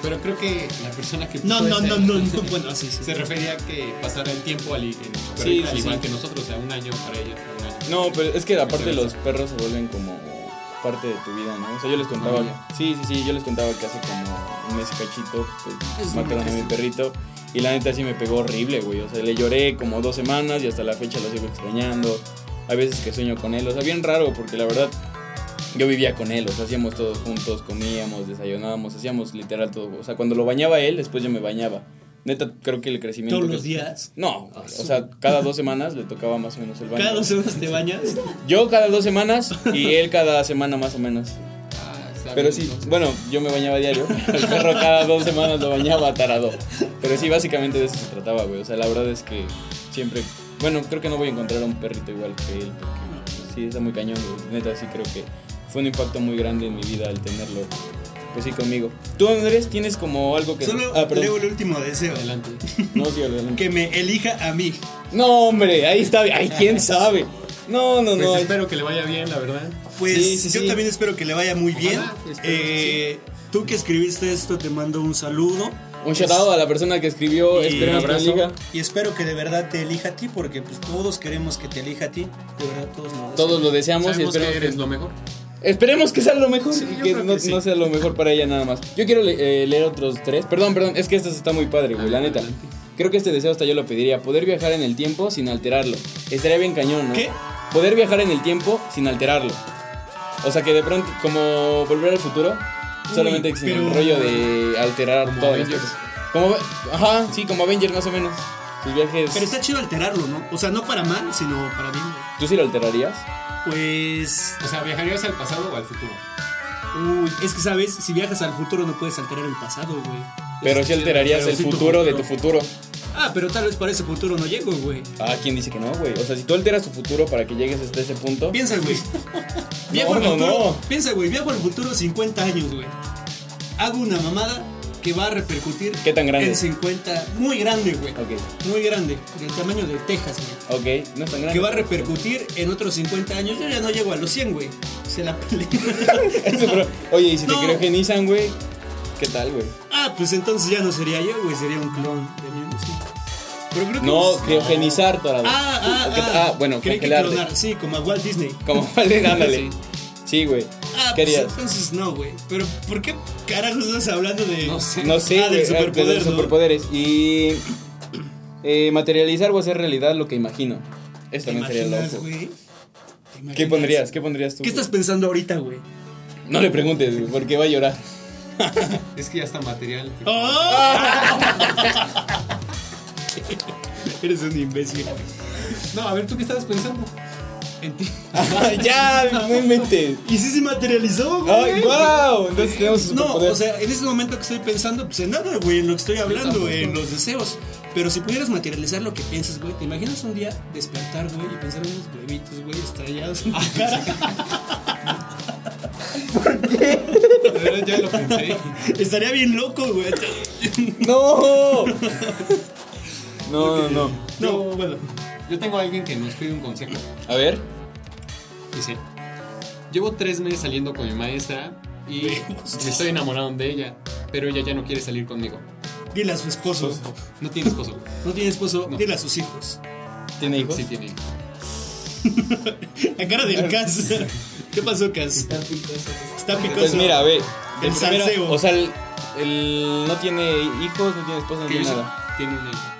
Speaker 2: Pero creo que la persona que.
Speaker 1: No,
Speaker 2: puede
Speaker 1: no,
Speaker 2: ser-
Speaker 1: no, no, no, bueno, sí, sí.
Speaker 2: Se refería a que pasara el tiempo al, en su perrita,
Speaker 3: Sí, sí,
Speaker 2: al igual
Speaker 3: sí.
Speaker 2: que nosotros, o sea, un año para ella, un año.
Speaker 3: No, pero es que aparte los perros se vuelven como parte de tu vida, ¿no? O sea, yo les contaba.
Speaker 2: Familia.
Speaker 3: Sí, sí, sí, yo les contaba que hace como un mes y cachito pues,
Speaker 1: Es
Speaker 3: mataron a mi
Speaker 1: muy
Speaker 3: perrito. Y la neta sí me pegó horrible, güey. O sea, le lloré como dos semanas y hasta la fecha lo sigo extrañando. Hay veces que sueño con él. O sea, bien raro porque la verdad yo vivía con él. O sea, hacíamos todos juntos, comíamos, desayunábamos, hacíamos literal todo. O sea, cuando lo bañaba él, después yo me bañaba. Neta, creo que el crecimiento...
Speaker 1: Todos
Speaker 3: que-
Speaker 1: los días. Ah,
Speaker 3: No, güey, o sea, cada dos semanas le tocaba más o menos el baño.
Speaker 1: Cada dos semanas te bañas.
Speaker 3: Yo cada dos semanas y él cada semana más o menos.
Speaker 2: Ah, está
Speaker 3: Pero sí, bueno, yo me bañaba diario. El perro cada dos semanas lo bañaba tarado. Pero sí, básicamente de eso se trataba, güey. O sea, la verdad es que siempre. Bueno, creo que no voy a encontrar a un perrito igual que él. Porque sí, está muy cañón, güey. Neta, sí creo que fue un impacto muy grande en mi vida al tenerlo. Pues sí, conmigo. ¿Tú, Andrés, tienes como algo que.
Speaker 1: Solo
Speaker 3: ah, perdón.
Speaker 1: leo el último deseo.
Speaker 2: Adelante.
Speaker 3: No, sí, adelante.
Speaker 1: Que me elija a mí.
Speaker 3: No, hombre, ahí está. Ay, quién sabe. No, no,
Speaker 2: Pues
Speaker 3: no. ay.
Speaker 2: espero que le vaya bien, la verdad.
Speaker 1: Pues
Speaker 3: Sí, sí,
Speaker 1: yo
Speaker 3: sí.
Speaker 1: también espero que le vaya muy bien.
Speaker 2: espero que
Speaker 1: Eh, Tú que escribiste esto, te mando un saludo.
Speaker 3: Un shout out a la persona que escribió
Speaker 1: Y
Speaker 3: Esperemos
Speaker 1: un
Speaker 3: que
Speaker 1: abrazo.
Speaker 3: Liga.
Speaker 1: Y espero que de verdad te elija a ti, porque pues todos queremos que te elija a ti. De verdad, todos lo deseamos.
Speaker 3: Todos lo deseamos y
Speaker 2: Sabemos que
Speaker 3: esperemos
Speaker 2: eres lo mejor.
Speaker 3: Esperemos que sea lo mejor
Speaker 2: Sí,
Speaker 3: y
Speaker 2: yo
Speaker 3: que,
Speaker 2: creo
Speaker 3: no,
Speaker 2: que sí.
Speaker 3: no sea lo mejor para ella nada más. Yo quiero le- eh, leer otros tres. Perdón, perdón, es que este está muy padre, güey, la neta.
Speaker 2: Adelante.
Speaker 3: Creo que este deseo hasta yo lo pediría. Poder viajar en el tiempo sin alterarlo. Estaría bien cañón, ¿no?
Speaker 1: ¿Qué?
Speaker 3: Poder viajar en el tiempo sin alterarlo. O sea que de pronto, como volver al futuro, solamente sin el
Speaker 1: pero-
Speaker 3: rollo de alterar
Speaker 2: Como
Speaker 3: todo.
Speaker 2: Avengers.
Speaker 3: Como, ajá, sí, como Avengers más o menos. Sus viajes.
Speaker 1: Pero está chido alterarlo, ¿no? O sea, no para mal, sino para bien.
Speaker 3: ¿Tú sí lo alterarías?
Speaker 1: Pues.
Speaker 2: O sea, ¿viajarías al pasado o al futuro?
Speaker 1: Uy, es que sabes, si viajas al futuro no puedes alterar el pasado, güey.
Speaker 3: Pero sí alterarías
Speaker 2: pero
Speaker 3: el
Speaker 2: sí tu
Speaker 3: futuro de tu
Speaker 2: futuro.
Speaker 3: futuro.
Speaker 1: Ah, pero tal vez para ese futuro no llego, güey.
Speaker 3: Ah, ¿quién dice que no, güey? O sea, si tú alteras tu futuro para que llegues hasta ese punto.
Speaker 1: Piensa, güey. Viajo
Speaker 3: No,
Speaker 1: al
Speaker 3: no,
Speaker 1: futuro.
Speaker 3: no.
Speaker 1: Piensa, güey. Viajo al futuro 50 años, güey. Hago una mamada que va a repercutir.
Speaker 3: ¿Qué tan grande?
Speaker 1: En 50. Muy grande, güey.
Speaker 3: Ok,
Speaker 1: Muy grande. Del tamaño de Texas, güey.
Speaker 3: ok, no es tan grande.
Speaker 1: Que va a repercutir en otros 50 años. Yo ya no llego a los 100, güey. Se la pelea.
Speaker 3: Eso, pero, oye, y si
Speaker 1: No.
Speaker 3: te criogenizan, güey, ¿qué tal, güey?
Speaker 1: ah, pues entonces ya no sería yo, güey. Sería un clon de mí mismo. Pero creo que.
Speaker 3: No,
Speaker 1: es-
Speaker 3: criogenizar, torado.
Speaker 1: Ah, ah,
Speaker 3: ¿Qué
Speaker 1: ah.
Speaker 3: tal? bueno,
Speaker 1: Creí que
Speaker 3: congelarte.
Speaker 1: clonar, Sí, como a Walt Disney.
Speaker 3: Como vale, ándale. Sí, güey.
Speaker 1: Ah,
Speaker 3: ¿Qué
Speaker 1: pues
Speaker 3: harías?
Speaker 1: entonces no, güey. Pero ¿por qué carajos estás hablando de.?
Speaker 2: No sé.
Speaker 3: No sé,
Speaker 1: Ah, del
Speaker 3: güey, ah,
Speaker 1: superpoder,
Speaker 3: los
Speaker 1: ¿no?
Speaker 3: superpoderes. Y eh, materializar o hacer realidad lo que imagino. Esto
Speaker 1: ¿Te
Speaker 3: también sería
Speaker 1: imaginas,
Speaker 3: loco.
Speaker 1: güey? ¿Te
Speaker 3: ¿Qué
Speaker 1: imaginas?
Speaker 3: pondrías? ¿Qué pondrías tú?
Speaker 1: ¿Qué
Speaker 3: güey?
Speaker 1: estás pensando ahorita, güey?
Speaker 3: No le preguntes, güey, porque va a llorar.
Speaker 2: Es que ya está material.
Speaker 1: Ah.
Speaker 3: ¡Oh!
Speaker 1: Eres un imbécil.
Speaker 2: No, a ver, ¿tú qué estabas pensando? En ti.
Speaker 3: ya, no inventes.
Speaker 1: Y sí se materializó, güey.
Speaker 3: Ay, wow. Entonces tenemos un
Speaker 1: No,
Speaker 3: superpoder.
Speaker 1: o sea, en este momento que estoy pensando, pues en nada, güey, en lo que estoy hablando,
Speaker 2: tampoco.
Speaker 1: en los deseos. Pero si pudieras materializar lo que piensas, güey, ¿te imaginas un día despertar, güey, y pensar en unos huevitos, güey, estrellados en tu cara?
Speaker 2: De verdad, ya lo pensé.
Speaker 1: Estaría bien loco, güey.
Speaker 3: No. No, no, no.
Speaker 1: No, bueno.
Speaker 2: Yo tengo a alguien que nos pide un consejo.
Speaker 3: A ver.
Speaker 2: Dice, llevo tres meses saliendo con mi maestra y me estoy enamorado de ella, pero ella ya no quiere salir conmigo.
Speaker 1: Dile a su esposo.
Speaker 2: No tiene esposo.
Speaker 1: No tiene esposo,
Speaker 2: No.
Speaker 1: dile a sus hijos.
Speaker 3: ¿Tiene hijos?
Speaker 2: Sí tiene.
Speaker 1: La cara del Cas. ¿Qué pasó, Cas?
Speaker 4: Está picoso.
Speaker 1: Está picoso.
Speaker 3: Pues mira, ve. de
Speaker 1: El
Speaker 3: primera-
Speaker 1: salseo.
Speaker 3: o sea, el, el no tiene hijos, no tiene esposa, no
Speaker 2: Que
Speaker 3: tiene
Speaker 2: yo sé-
Speaker 3: nada.
Speaker 2: Tiene una hija.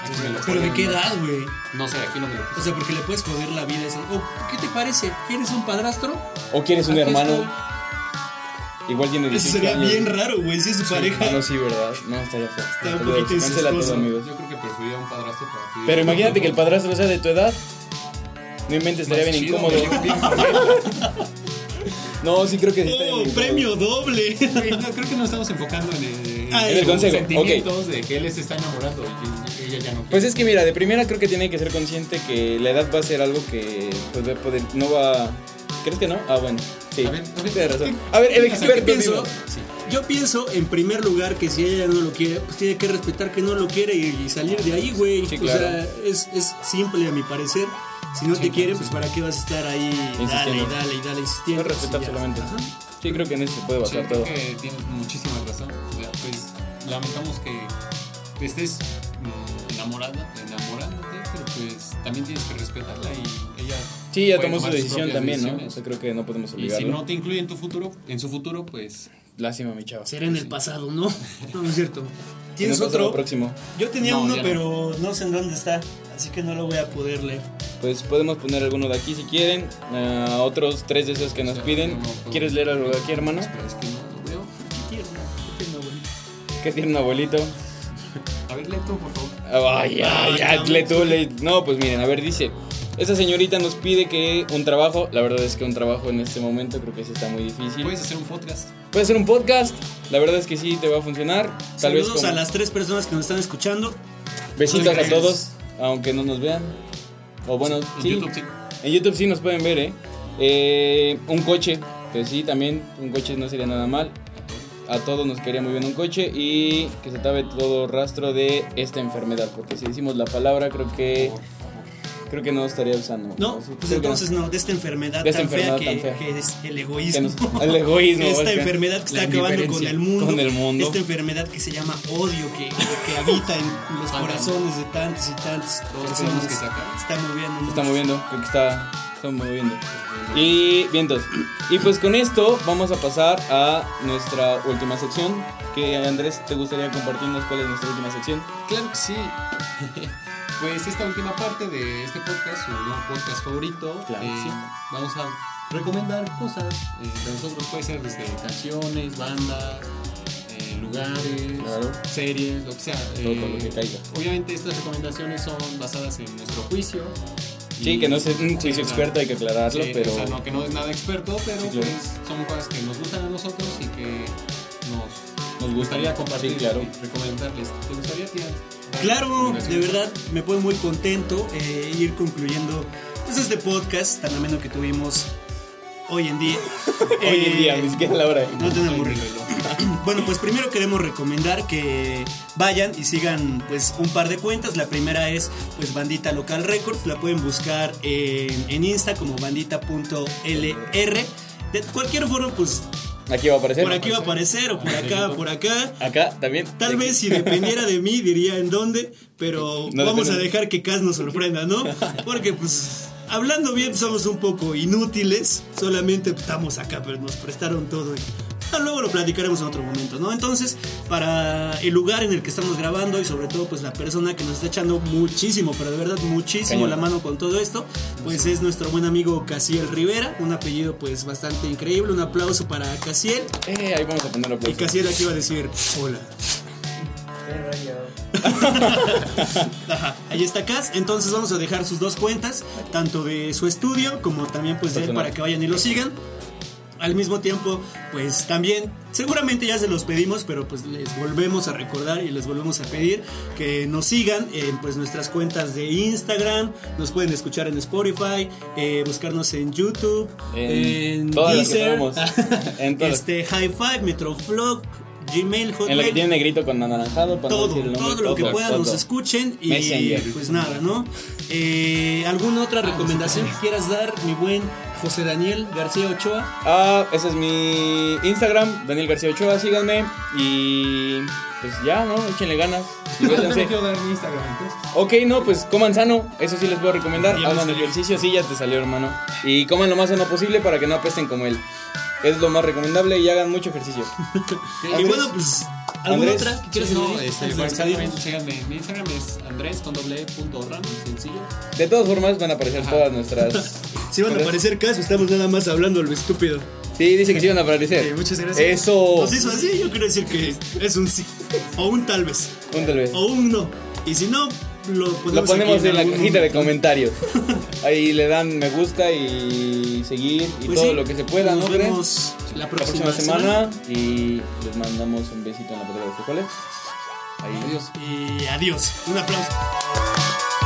Speaker 2: Aquí me lo
Speaker 1: Pero de
Speaker 2: ponen.
Speaker 1: qué edad, güey.
Speaker 2: No sé, aquí no me lo
Speaker 1: O
Speaker 2: puse.
Speaker 1: sea, porque le puedes joder la vida. a ese- Oh, ¿Qué te parece? ¿Quieres un padrastro?
Speaker 3: ¿O quieres un
Speaker 1: Aquí
Speaker 3: hermano?
Speaker 1: estoy.
Speaker 3: Igual tiene
Speaker 1: Eso
Speaker 3: 18
Speaker 1: sería
Speaker 3: años.
Speaker 1: bien raro, güey. Si es su
Speaker 3: Ah, no,
Speaker 1: pareja.
Speaker 3: sí, ¿verdad? No, estaría
Speaker 1: Está
Speaker 3: feo.
Speaker 1: un
Speaker 3: Olvídalo,
Speaker 1: poquito
Speaker 3: cancela todo,
Speaker 1: incestuoso.
Speaker 3: amigos.
Speaker 2: Yo creo que preferiría un padrastro para ti.
Speaker 3: Pero imagínate que el padrastro sea de tu edad. No inventes, estaría bien incómodo. No, sí creo que sí estaría
Speaker 1: Oh,
Speaker 3: bien incómodo.
Speaker 1: premio doble.
Speaker 2: No, creo que nos estamos enfocando en el,
Speaker 1: Ah, en el
Speaker 2: en
Speaker 3: consejo, ok.
Speaker 2: sentimientos de que él se está enamorando y que ella ya no quiere.
Speaker 3: Pues es que mira, de primera creo que tiene que ser consciente que la edad va a ser algo que pues, va a poder, no va... ¿Crees que no? Ah, bueno, sí.
Speaker 2: A ver, a ver.
Speaker 3: Tienes razón. A ver, el
Speaker 2: O sea, ¿qué
Speaker 3: experto
Speaker 1: pienso?
Speaker 3: dilo.
Speaker 2: Sí.
Speaker 1: Yo pienso, en primer lugar, que si ella no lo quiere, pues tiene que respetar que no lo quiere y, y salir de ahí, güey.
Speaker 3: Sí,
Speaker 1: O sea, es, es simple a mi parecer. Si no te quiere, pues para qué vas a estar ahí dale y
Speaker 3: Insistiendo.
Speaker 1: dale y dale insistiendo.
Speaker 3: No respetar
Speaker 1: Sí, ya.
Speaker 3: solamente.
Speaker 1: Ajá.
Speaker 3: Sí, creo que en eso se puede
Speaker 2: Sí,
Speaker 3: basar
Speaker 2: creo
Speaker 3: todo.
Speaker 2: que tienes muchísima razón. O sea, Pues lamentamos que estés mm, enamorada, enamorándote, pero pues también tienes que respetarla y ella.
Speaker 3: Sí, ya
Speaker 2: puede
Speaker 3: tomó
Speaker 2: tomar
Speaker 3: su
Speaker 2: sus
Speaker 3: decisión
Speaker 2: propias
Speaker 3: también, ¿no? O
Speaker 2: decisiones.
Speaker 3: sea, creo que no podemos
Speaker 2: Y si
Speaker 3: obligarlo.
Speaker 2: no te incluye en tu futuro, en su futuro, pues
Speaker 3: Lástima, mi chava.
Speaker 1: Será en el pasado, ¿no? No, no es cierto.
Speaker 3: Si
Speaker 1: ¿Tienes
Speaker 3: no pasa lo
Speaker 1: otro?
Speaker 3: próximo.
Speaker 1: Yo tenía
Speaker 2: No,
Speaker 1: uno,
Speaker 2: ya no.
Speaker 1: pero no sé en dónde está. Así que no lo voy a poder leer.
Speaker 3: Pues podemos poner alguno de aquí si quieren. Ah, otros tres de esos que nos
Speaker 2: O sea,
Speaker 3: piden.
Speaker 2: no, no,
Speaker 3: ¿Quieres leer algo de aquí, hermano?
Speaker 2: espera, es que no lo veo.
Speaker 1: ¿Qué tierno, qué tierno, güey.
Speaker 3: Que tiene un abuelito.
Speaker 2: A ver, lee tú, por favor.
Speaker 3: Ay, ay,
Speaker 1: Ay,
Speaker 3: ay,
Speaker 1: no.
Speaker 3: le tú, le- No, pues miren, a ver, dice. Esta señorita nos pide que un trabajo, la verdad es que un trabajo en este momento creo que sí está muy difícil.
Speaker 2: Puedes hacer un podcast.
Speaker 3: Puede ser un podcast, la verdad es que sí te va a funcionar. Tal
Speaker 1: Saludos
Speaker 3: vez
Speaker 1: a
Speaker 3: como-
Speaker 1: las tres personas que nos están escuchando.
Speaker 3: Besitos a
Speaker 1: Gracias.
Speaker 3: todos, aunque no nos vean. O bueno,
Speaker 2: En
Speaker 3: sí.
Speaker 2: YouTube, sí.
Speaker 3: En YouTube sí nos pueden ver, ¿eh? Eh, un coche, que sí, también un coche no sería nada mal. A todos nos quería muy bien un coche y que se tape todo rastro de esta enfermedad, porque si decimos la palabra creo que creo que no estaría usando.
Speaker 1: No,
Speaker 3: Sí,
Speaker 1: pues
Speaker 3: creo que no.
Speaker 1: entonces no, de esta enfermedad,
Speaker 3: De esta
Speaker 1: tan, fea
Speaker 3: enfermedad
Speaker 1: que,
Speaker 3: tan fea.
Speaker 1: que es el
Speaker 3: Que
Speaker 1: egoísmo.
Speaker 3: nos- el egoísmo.
Speaker 1: Esta
Speaker 3: Oscar.
Speaker 1: enfermedad que
Speaker 2: La
Speaker 1: está acabando con
Speaker 2: indiferencia,
Speaker 1: el mundo.
Speaker 3: con el mundo.
Speaker 1: Esta enfermedad que se llama odio, que, que habita en los
Speaker 2: Ajá.
Speaker 1: corazones de tantos y tantos.
Speaker 2: Todos tenemos que sacar.
Speaker 1: Está moviendo.
Speaker 3: Se está
Speaker 1: mucho.
Speaker 3: moviendo, creo que está, está moviendo. Y vientos. Y pues con esto vamos a pasar a nuestra última sección. Que Andrés, ¿te gustaría compartirnos cuál es nuestra última sección?
Speaker 2: Claro que sí. Pues esta última parte de este podcast, su nuevo podcast favorito, eh,
Speaker 3: Claro que sí.
Speaker 2: vamos a recomendar cosas. eh, de nosotros puede ser desde canciones, bandas, eh, lugares,
Speaker 3: Claro.
Speaker 2: series, lo que sea. eh,
Speaker 3: Todo con lo que caiga.
Speaker 2: Obviamente estas recomendaciones son basadas en nuestro juicio.
Speaker 3: Sí,
Speaker 2: Y-
Speaker 3: que no es un
Speaker 2: Sí,
Speaker 3: juicio
Speaker 2: claro.
Speaker 3: experto, hay que aclararlo,
Speaker 2: Sí,
Speaker 3: pero
Speaker 2: o sea, no, que no es nada experto, pero
Speaker 3: Sí, claro.
Speaker 2: pues, son cosas que nos gustan a nosotros y que nos
Speaker 3: nos
Speaker 2: gustaría
Speaker 3: gustaría
Speaker 2: compartir
Speaker 3: Sí, claro.
Speaker 2: y recomendarles. ¿Te gustaría, tía?
Speaker 1: Claro,
Speaker 2: Recomendaciones.
Speaker 1: de verdad me pone muy contento eh, ir concluyendo pues, este podcast tan ameno que tuvimos hoy en día.
Speaker 3: Hoy en
Speaker 1: Eh,
Speaker 3: día, ni siquiera la hora.
Speaker 1: No te
Speaker 2: Ay,
Speaker 1: aburrido.
Speaker 2: reloj.
Speaker 1: Bueno, pues primero queremos recomendar que vayan y sigan pues un par de cuentas. La primera es pues Bandita Local Records, la pueden buscar en, en Insta como bandita.lr. De cualquier foro, pues
Speaker 3: Aquí va a aparecer.
Speaker 1: por aquí va a aparecer o por acá, por acá.
Speaker 3: Acá también.
Speaker 1: Tal vez si dependiera de mí diría en dónde, pero
Speaker 3: No
Speaker 1: vamos
Speaker 3: depende.
Speaker 1: a dejar que Cas nos sorprenda, ¿no? Porque pues hablando bien somos un poco inútiles, solamente estamos acá, pero nos prestaron todo y ah, luego lo platicaremos en otro momento, ¿no? Entonces, para el lugar en el que estamos grabando y sobre todo pues la persona que nos está echando muchísimo, pero de verdad muchísimo
Speaker 3: Cañón.
Speaker 1: la mano con todo esto, pues es nuestro buen amigo Casiel Rivera, un apellido pues bastante increíble, un aplauso para Casiel
Speaker 3: Eh, ahí vamos a poner
Speaker 1: y
Speaker 3: aplausos.
Speaker 1: Casiel aquí va a decir, hola.
Speaker 4: Qué rollo.
Speaker 1: Ajá, ahí está Cas. Entonces vamos a dejar sus dos cuentas, tanto de su estudio como también pues de él
Speaker 3: Personal.
Speaker 1: para que vayan y lo sigan. Al mismo tiempo, pues también, seguramente ya se los pedimos, pero pues les volvemos a recordar y les volvemos a pedir que nos sigan en pues nuestras cuentas de Instagram, nos pueden escuchar en Spotify, eh, buscarnos en YouTube, en,
Speaker 3: En todas las que
Speaker 1: Deezer,
Speaker 3: podamos. En todas.
Speaker 1: este, High Five, Metroflog, Gmail, Hotmail,
Speaker 3: En la que tiene negrito con anaranjado. para no
Speaker 1: todo,
Speaker 3: decir el nombre,
Speaker 1: todo lo que puedan nos escuchen y
Speaker 3: Messenger.
Speaker 1: pues nada, ¿no? Eh, ¿Alguna otra recomendación que quieras dar, mi buen José Daniel García Ochoa?
Speaker 3: Ah, ese es mi Instagram, Daniel García Ochoa, síganme. Y pues ya, ¿no? Échenle ganas.
Speaker 2: Yo
Speaker 3: diviértanse.
Speaker 2: te quiero dar mi Instagram entonces.
Speaker 3: ok, no, pues coman sano, eso sí les puedo recomendar.
Speaker 1: Ya me
Speaker 3: Hagan
Speaker 1: salió.
Speaker 3: ejercicio, sí, ya te salió, hermano. Y coman lo más sano posible para que no apesten como él. Es lo más recomendable y hagan mucho ejercicio.
Speaker 1: y
Speaker 3: Andrés.
Speaker 1: bueno, pues, ¿alguna
Speaker 3: Andrés.
Speaker 1: otra que quieras
Speaker 2: ¿Quieres no?
Speaker 1: añadir
Speaker 2: Este,
Speaker 1: antes de
Speaker 2: bueno,
Speaker 1: despedirnos?
Speaker 2: también síganme. Mi Instagram es andrés con doble e punto ramos, sencillo.
Speaker 3: De todas formas, van a aparecer
Speaker 2: Ajá.
Speaker 3: todas nuestras.
Speaker 1: Si van a
Speaker 3: Andrés.
Speaker 1: aparecer casos, estamos nada más hablando lo estúpido.
Speaker 3: Sí, dice que sí van a aparecer.
Speaker 1: Eh, muchas gracias.
Speaker 3: Eso.
Speaker 1: Nos hizo así, yo quiero decir que es un sí, o un tal vez,
Speaker 3: Un tal vez.
Speaker 1: o un no. Y si no, lo ponemos,
Speaker 3: Lo ponemos
Speaker 1: aquí
Speaker 3: en la
Speaker 1: algún
Speaker 3: cajita de
Speaker 1: momento.
Speaker 3: comentarios. Ahí le dan me gusta y seguir y
Speaker 1: Pues
Speaker 3: todo
Speaker 1: sí,
Speaker 3: lo que se pueda,
Speaker 1: Nos
Speaker 3: ¿no creen?
Speaker 1: vemos la
Speaker 3: La
Speaker 1: próxima,
Speaker 3: próxima semana y les mandamos un besito en la pelota de frijoles. Ahí.
Speaker 2: Adiós.
Speaker 1: Y adiós. Un aplauso.
Speaker 3: Adiós.